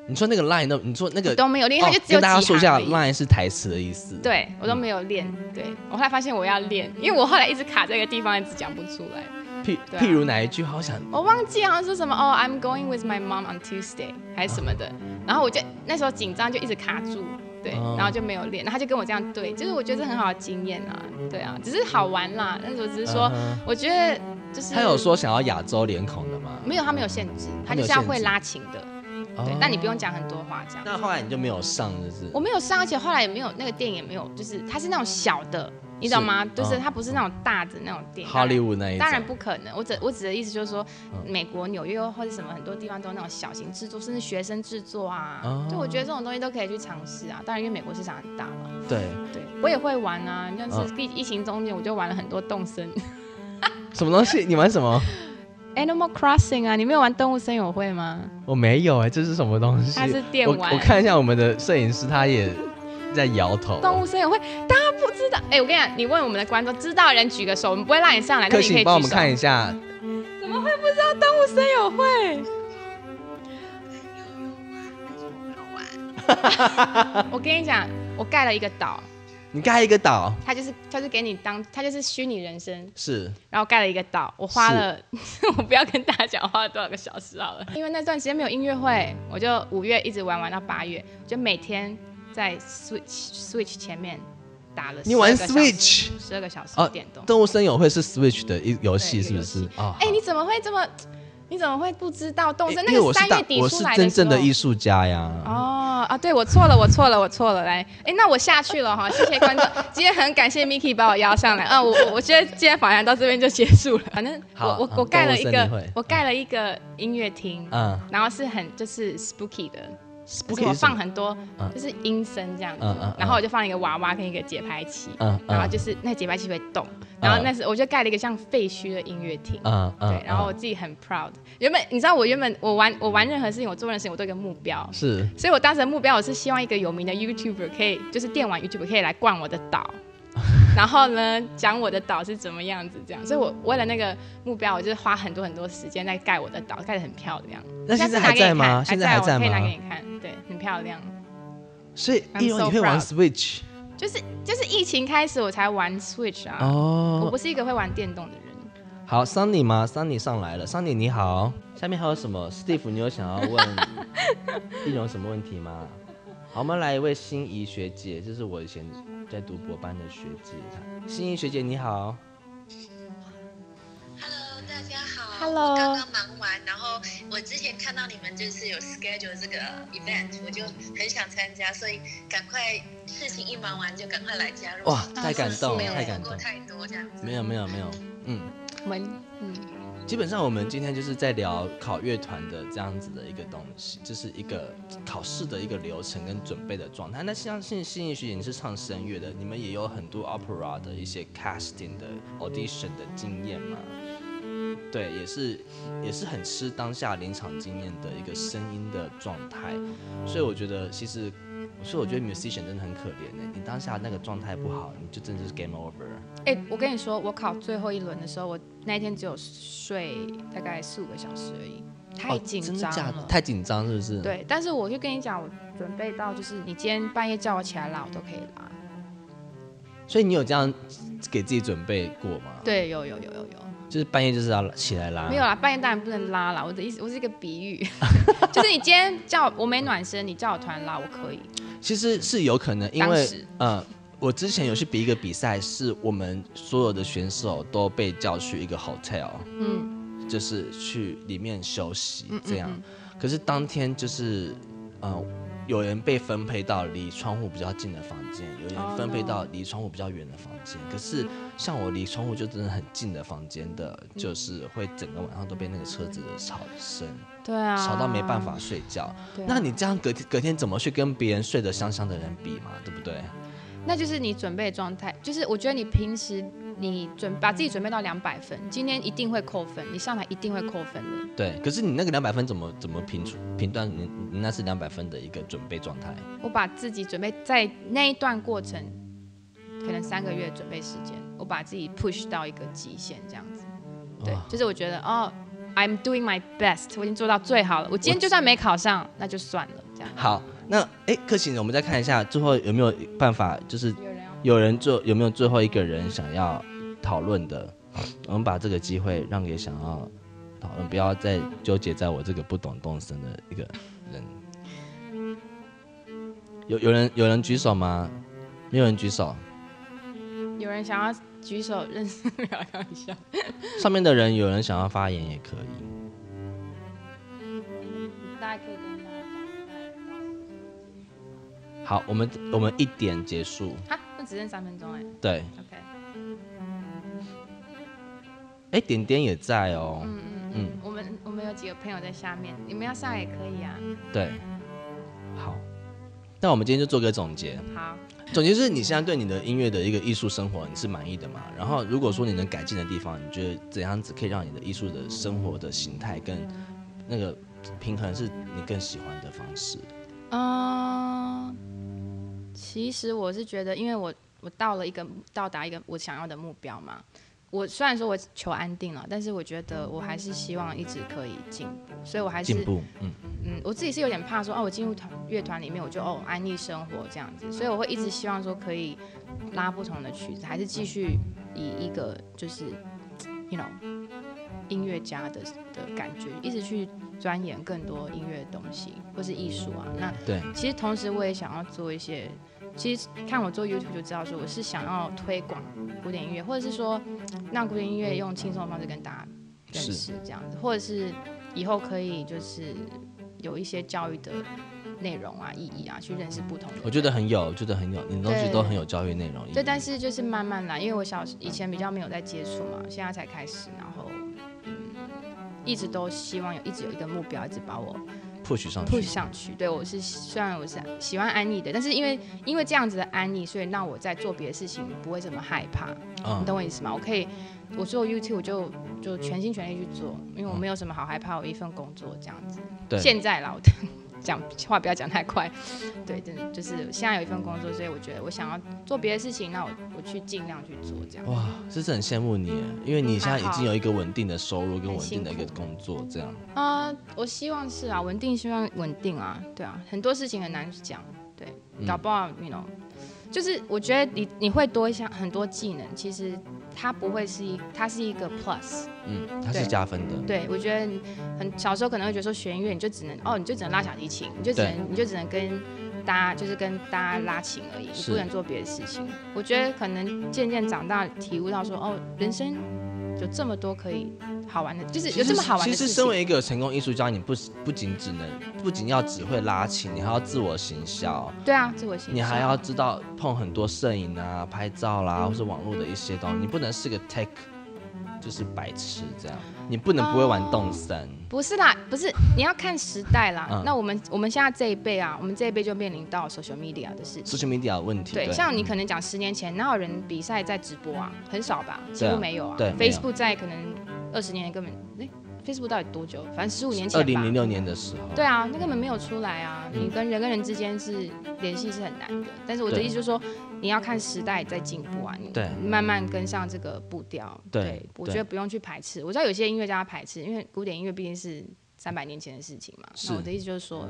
Speaker 1: 你说那个 line 那，你说那个
Speaker 2: 我都没有练，他就
Speaker 1: 哦
Speaker 2: 只有
Speaker 1: 跟大家
Speaker 2: 几
Speaker 1: 说一下
Speaker 2: 行而已
Speaker 1: ，line 是台词的意思。，
Speaker 2: 对我都没有练，对我后来发现我要练，因为我后来一直卡在一个地方，一直讲不出来。
Speaker 1: 譬
Speaker 2: 对啊
Speaker 1: 譬如哪一句，好想
Speaker 2: 我忘记好像说什么哦，I'm going with my mom on Tuesday 还是什么的，然后我就那时候紧张就一直卡住，对，
Speaker 1: 哦
Speaker 2: 然后就没有练，然后他就跟我这样对，就是我觉得是很好的经验啊，对啊，只是好玩啦，那时候只是说
Speaker 1: 嗯哼
Speaker 2: 我觉得就是
Speaker 1: 他有说想要亚洲脸孔的吗？
Speaker 2: 没有，他没有限制，他
Speaker 1: 他没
Speaker 2: 就
Speaker 1: 有
Speaker 2: 是要
Speaker 1: 限
Speaker 2: 会
Speaker 1: 制
Speaker 2: 拉琴的。对
Speaker 1: 哦，
Speaker 2: 那你不用。讲很多话，这样。
Speaker 1: 那后来你就没有上，就是
Speaker 2: 我没有上，而且后来也没有那个电影也没有，就是它是那种小的，你
Speaker 1: 是
Speaker 2: 懂吗？就是
Speaker 1: 嗯
Speaker 2: 它不是那种大的那种电影。
Speaker 1: 好莱坞那一种。
Speaker 2: 当然不可能，我只我指的意思就是说，
Speaker 1: 嗯
Speaker 2: 美国纽约或者什么很多地方都有那种小型制作，甚至学生制作啊。
Speaker 1: 哦
Speaker 2: 就我觉得这种东西都可以去尝试啊。当然，因为美国市场很大嘛。
Speaker 1: 对，
Speaker 2: 对，我也会玩啊，像是
Speaker 1: 嗯
Speaker 2: 疫疫情中间我就玩了很多动森
Speaker 1: 什么东西？ 你玩什么？
Speaker 2: ，Animal Crossing 啊。你没有玩动物森友会吗？
Speaker 1: 我没有哎、这是什么东西？
Speaker 2: 它是电
Speaker 1: 我
Speaker 2: 玩
Speaker 1: 我看一下我们的摄影师，他也在摇头。
Speaker 2: 动物森友会，大家不知道。哎、我跟你讲，你问我们的观众，知道的人举个手，我们不会让你上来，
Speaker 1: 可
Speaker 2: 但是
Speaker 1: 惜
Speaker 2: 你可以
Speaker 1: 你
Speaker 2: 举
Speaker 1: 帮我们
Speaker 2: 手
Speaker 1: 看一下，
Speaker 2: 怎么会不知道动物森友会？
Speaker 3: 没有玩。
Speaker 2: 我跟你讲，我盖了一个岛，
Speaker 1: 你盖一个岛
Speaker 2: 它就是它就给你当，它就是虚拟人生，
Speaker 1: 是
Speaker 2: 然后盖了一个岛，我花了， 我不要跟大家讲花了多少个小时好了，因为那段时间没有音乐会，我就五月一直玩玩到八月，我就每天在 Switch Switch 前面打了12个小时，
Speaker 1: 你玩 Switch
Speaker 2: 十二个小时
Speaker 1: 哦
Speaker 2: 电动。
Speaker 1: 动物森友会是 Switch 的一游戏
Speaker 2: 对
Speaker 1: 是不是
Speaker 2: 游戏？
Speaker 1: 哦，
Speaker 2: 哎、
Speaker 1: 好
Speaker 2: 你怎么会这么？你怎么会不知道动
Speaker 1: 因
Speaker 2: 森？
Speaker 1: 因
Speaker 2: 那
Speaker 1: 为
Speaker 2: 个
Speaker 1: 我
Speaker 2: 三
Speaker 1: 是
Speaker 2: 月
Speaker 1: 大
Speaker 2: 底
Speaker 1: 我
Speaker 2: 出
Speaker 1: 是
Speaker 2: 来
Speaker 1: 真
Speaker 2: 时
Speaker 1: 正的
Speaker 2: 候
Speaker 1: 艺术家呀。
Speaker 2: 哦啊，对我错了，我错了，我错了，来，哎，那我下去了哈，谢谢观众，今天很感谢 Miki 把我邀上来，啊，我我我觉得今天访谈到这边就结束了，反正我
Speaker 1: 好
Speaker 2: 我
Speaker 1: 嗯
Speaker 2: 我盖了一
Speaker 1: 动物
Speaker 2: 个
Speaker 1: 森林会
Speaker 2: 我盖了一个音乐厅，
Speaker 1: 嗯
Speaker 2: 然后是很就是 spooky 的，
Speaker 1: 不
Speaker 2: 就是
Speaker 1: 可
Speaker 2: 我
Speaker 1: 以
Speaker 2: 放很多
Speaker 1: 嗯
Speaker 2: 就是音声这样子
Speaker 1: 嗯嗯嗯，
Speaker 2: 然后我就放一个娃娃跟一个节拍器，
Speaker 1: 嗯
Speaker 2: 然后
Speaker 1: 嗯
Speaker 2: 就是那节拍器会动，然后
Speaker 1: 嗯
Speaker 2: 那是我就盖了一个像废墟的音乐厅，
Speaker 1: 嗯嗯
Speaker 2: 对，，然后我
Speaker 1: 嗯
Speaker 2: 自己很 proud。原本你知道，我原本我玩我玩任何事情，我做任何事情，我都有一个目标。
Speaker 1: 是
Speaker 2: 所以我当时的目标，我是希望一个有名的 YouTuber 可以，就是电玩 YouTuber 可以来逛我的岛， 然后呢讲我的岛是怎么样子这样。所以我为了那个目标，我就是花很多很多时间在盖我的岛，盖得很漂亮。
Speaker 1: 那
Speaker 2: 下
Speaker 1: 现
Speaker 2: 次
Speaker 1: 在
Speaker 2: 拿
Speaker 1: 还
Speaker 2: 给你
Speaker 1: 在吗
Speaker 2: 看
Speaker 1: 现在
Speaker 2: 在
Speaker 1: 还
Speaker 2: 我
Speaker 1: 在
Speaker 2: 可以拿
Speaker 1: 吗
Speaker 2: 给你看，对，很漂亮。
Speaker 1: 所以
Speaker 2: I'm
Speaker 1: 易容
Speaker 2: so
Speaker 1: 你会玩
Speaker 2: proud
Speaker 1: Switch
Speaker 2: 就是就是疫情开始我才玩 Switch 啊，我
Speaker 1: 哦
Speaker 2: 不。是一个会玩电动的人。
Speaker 1: 好，Sunny 吗？Sunny 上来了，Sunny 你好。下面还有什么？Steve，你有想要问易容什么问题吗？ 好，我们来一位心仪学姐，这是我以前在读博班的学姐。心仪学姐你好，
Speaker 3: Hello，大家好。
Speaker 2: Hello
Speaker 3: 我刚刚忙完，然后我之前看到你们就是有 schedule 这个 event，我就很想参加，所以赶快事情一忙完就赶快来加入。
Speaker 1: 哇，
Speaker 2: 啊
Speaker 1: 太感动
Speaker 3: 没
Speaker 1: 了，太
Speaker 3: 有错
Speaker 1: 感
Speaker 3: 过
Speaker 1: 动。
Speaker 3: 太多这样子。
Speaker 1: 没有没有没有，嗯，
Speaker 2: 我们嗯，
Speaker 1: 基本上我们今天就是在聊考乐团的这样子的一个东西，就是一个考试的一个流程跟准备的状态。那相信信义学姐你是唱声乐的，你们也有很多 opera 的一些 casting 的 audition 的经验嘛？对，也是也是很吃当下临场经验的一个声音的状态，所以我觉得其实，所以我觉得 musician 真的很可怜呢、欸你当下那个状态不好，你就真的是 game over。
Speaker 2: 哎、我跟你说，我考最后一轮的时候，我那一天只有睡大概四五个小时而已，太
Speaker 1: 哦
Speaker 2: 紧
Speaker 1: 真
Speaker 2: 张
Speaker 1: 的假
Speaker 2: 了。
Speaker 1: 的？太紧张是不是？。
Speaker 2: 对，但是我就跟你讲，我准备到就是你今天半夜叫我起来拉，我都可以拉。
Speaker 1: 所以你有这样给自己准备过吗？，
Speaker 2: 对，有有有有有，
Speaker 1: 就是半夜就是要起来拉。
Speaker 2: 没有啊啦，半夜当然不能拉啦。我的意思，我是一个 比喻， 就是你今天叫我我没暖身，你叫我突然拉，我可以。
Speaker 1: 其实是有可能，因
Speaker 2: 当
Speaker 1: 为
Speaker 2: 时
Speaker 1: 呃，我之前有去比一个比赛，是我们所有的选手都被叫去一个 hotel，
Speaker 2: 嗯，
Speaker 1: 就是去里面休息
Speaker 2: 嗯
Speaker 1: 这样。可是当天就是，呃，有人被分配到离窗户比较近的房间，有
Speaker 2: 哦
Speaker 1: 人分配到离窗户比较远的房间。可是像我离窗户就真的很近的房间的，就是会整个晚上都被那个车子的吵声
Speaker 2: 对啊，
Speaker 1: 吵到没办法。睡觉。
Speaker 2: 对啊
Speaker 1: 那你这样隔天隔天怎么去跟别人睡得香香的人比嘛？对不对？
Speaker 2: 那就是你准备的状态，就是我觉得你平时你准把自己准备到两百分，今天一定会扣分，你上台一定会扣分的。
Speaker 1: 对，可是你那个两百分怎么怎么评出评断你你那是两百分的一个准备状态？
Speaker 2: 我把自己准备在那一段过程，可能三个月准备时间，我把自己 push 到一个极限这样子。对
Speaker 1: 哇，
Speaker 2: 就是我觉得哦，I'm doing my best，我已经做到最好了。我今天就算没考上，那就算了，这样。
Speaker 1: 好，那哎，克勤，我们再看一下最后有没有办法，就是
Speaker 2: 有人要
Speaker 1: 有人做有没有最后一个人想要讨论的？我们把这个机会让给想要讨论，不要再纠结在我这个不懂动身的一个人。有有人有人举手吗？没有人举手。
Speaker 2: 有人想要举手认识聊聊一下。
Speaker 1: 上面的人有人想要发言也可以。
Speaker 2: 大家可以跟大家讲
Speaker 1: 好，我们我们一点结束。
Speaker 2: 一下。啊，那只剩三分钟哎、
Speaker 1: 对，
Speaker 2: OK，
Speaker 1: 哎，点点也在哦。
Speaker 2: 嗯嗯嗯，我们我们有几个朋友在下面，你们要上来也可以啊。
Speaker 1: 对，好，那我们今天就做个总结。
Speaker 2: 好，
Speaker 1: 总结是你现在对你的音乐的一个艺术生活你是满意的嘛？然后如果说你能改进的地方，你觉得怎样子可以让你的艺术的生活的形态跟那个平衡是你更喜欢的方式？
Speaker 2: 嗯、其实我是觉得，因为我我到了一个到达一个我想要的目标嘛。我虽然说我求安定了，但是我觉得我还是希望一直可以进步，所以我还是
Speaker 1: 进步，嗯，
Speaker 2: 嗯，我自己是有点怕说，哦，我进入团乐团里面，我就哦安逸生活这样子，所以我会一直希望说可以拉不同的曲子，还是继续以一个就是，you know，音乐家的的感觉，一直去钻研更多音乐的东西或是艺术啊。那
Speaker 1: 对，
Speaker 2: 其实同时我也想要做一些，其实看我做 YouTube 就知道说我是想要推广古典音乐，或者是说让古典音乐用轻松的方式跟大家认识这样子，或者是以后可以就是有一些教育的内容啊、意义啊，去认识不同的。
Speaker 1: 我觉得。很有，我觉得很有，你的东西
Speaker 2: 对
Speaker 1: 都很有教育内容。
Speaker 2: 对，但是就是慢慢来，因为我小时以前比较没有在接触嘛，现在才开始，然后嗯，一直都希望有一直有一个目标，一直把我
Speaker 1: push 上
Speaker 2: push
Speaker 1: 去，
Speaker 2: 上去。对我是虽然我是喜欢安逸的，但是因为因为这样子的安逸，所以让我在做别的事情不会这么害怕。
Speaker 1: 嗯
Speaker 2: 你，懂我意思吗？我可以，我做 YouTube 我就就全心全力去做，因为我没有什么好害怕，我一份工作这样子。
Speaker 1: 嗯对，
Speaker 2: 现在啦，我 讲话不要讲太快。对，真的就是现在有一份工作，所以我觉得我想要做别的事情，那我我去尽量去做这样。
Speaker 1: 哇，这是很羡慕你耶，因为你现在已经有一个稳定的收入跟
Speaker 2: 很
Speaker 1: 稳定的一
Speaker 2: 辛
Speaker 1: 个
Speaker 2: 苦
Speaker 1: 工作，这样。
Speaker 2: 啊、我希望是啊，稳定，希望稳定啊，对啊，很多事情很难讲，对，
Speaker 1: 嗯
Speaker 2: 搞不好你 you know，就是我觉得你你会多一项很多技能，其实它不会是一，它是一个 plus，
Speaker 1: 嗯，它是
Speaker 2: 对
Speaker 1: 加分的。
Speaker 2: 对我觉得很小时候可能会觉得说学音乐你就只能哦，你就只能拉小提琴，你就只
Speaker 1: 对
Speaker 2: 能你就只能跟大家就是跟大家拉琴而已，你
Speaker 1: 是
Speaker 2: 不能做别的事情。我觉得可能渐渐长大体悟到说哦，人生有这么多可以好玩的，就是
Speaker 1: 其
Speaker 2: 有
Speaker 1: 实
Speaker 2: 这么好玩的
Speaker 1: 其
Speaker 2: 事
Speaker 1: 实，身
Speaker 2: 情。
Speaker 1: 为一个成功艺术家，你不不仅只能，不仅要只会拉琴，你还要自我行销，
Speaker 2: 对啊，自我形象。
Speaker 1: 你还要知道碰很多摄影啊、拍照啦、或是网络的一些东西，你不能是个 tech，就是白痴这样，你不能不会玩
Speaker 2: 哦
Speaker 1: 动森。
Speaker 2: 不是啦，不是，你要看时代啦。
Speaker 1: 嗯
Speaker 2: 那我们我们现在这一辈啊，我们这一辈就面临到 social media 的事情。
Speaker 1: social media 的问题，
Speaker 2: 对，像你可能讲十年前，哪有人比赛在直播啊？很少吧，几
Speaker 1: 对啊
Speaker 2: 乎没有啊。
Speaker 1: 对没有
Speaker 2: f a c e b o o k 在可能二十年根本，哎、f a c e b o o k 到底多久？反正十五年前
Speaker 1: 二
Speaker 2: 吧。
Speaker 1: 零零六年的时候，
Speaker 2: 对啊，那根本没有出来啊！
Speaker 1: 嗯
Speaker 2: 你跟人跟人之间是联系是很难的。但是我的
Speaker 1: 对
Speaker 2: 意思就是说，你要看时代在进步啊，你
Speaker 1: 对
Speaker 2: 慢慢跟上这个步调。
Speaker 1: 对
Speaker 2: 我
Speaker 1: 对
Speaker 2: 觉得不用去排斥。我知道有些音乐家排斥，因为古典音乐毕竟是三百年前的事情嘛。
Speaker 1: 是
Speaker 2: 那我的意思就是说，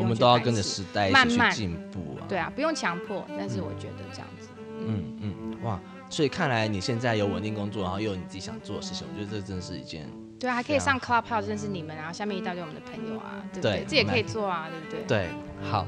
Speaker 1: 我
Speaker 2: 用
Speaker 1: 们
Speaker 2: 去
Speaker 1: 都要
Speaker 2: 排
Speaker 1: 跟着
Speaker 2: 斥
Speaker 1: 时代一
Speaker 2: 慢
Speaker 1: 起去
Speaker 2: 慢
Speaker 1: 进步啊。
Speaker 2: 对啊，不用强迫，但是我觉得这样子。
Speaker 1: 嗯嗯，哇，所以看来你现在有稳定工作，然后又有你自己想做的事情，我觉得这真的是一件
Speaker 2: 对啊，还可以
Speaker 1: 非常
Speaker 2: 上 Clubhouse 认识你们啊，然后下面一大堆我们的朋友啊，对不
Speaker 1: 对
Speaker 2: 对？这也可以
Speaker 1: 蛮
Speaker 2: 做啊，对不对？
Speaker 1: 对，好，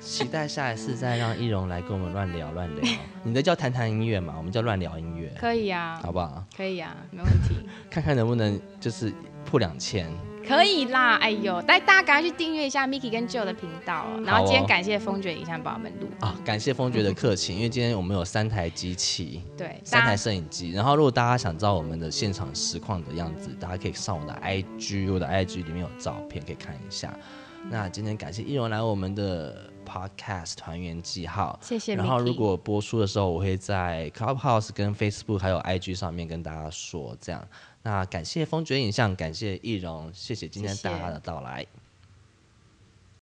Speaker 1: 期待下一次再让易容来跟我们乱聊乱聊。 你的叫谈谈音乐嘛，我们叫乱聊音乐，
Speaker 2: 可以啊，
Speaker 1: 好不好？
Speaker 2: 可以啊，没问题，
Speaker 1: 看看能不能就是破两千。
Speaker 2: 可以啦。哎呦，带大家赶快去订阅一下 Miki 跟 Joe 的频道哦、然
Speaker 1: 好
Speaker 2: 后
Speaker 1: 哦
Speaker 2: 今天感谢风卷影像帮我们录，
Speaker 1: 啊，感谢风爵的客情，因为今天我们有三台机器，
Speaker 2: 对，
Speaker 1: 三
Speaker 2: 大
Speaker 1: 台
Speaker 2: 家
Speaker 1: 摄影机。然后，如果大家想知道我们的现场实况的样子，大家可以上我的 IG，我的 IG 里面有照片可以看一下。那今天感谢易容来我们的 Podcast 团员记号，
Speaker 2: 谢谢 Miki。
Speaker 1: 然后如果播出的时候，我会在 Clubhouse、跟 Facebook 还有 IG 上面跟大家说这样。那感谢风爵影像，感谢易容，谢谢今天
Speaker 2: 谢谢
Speaker 1: 大家的到来，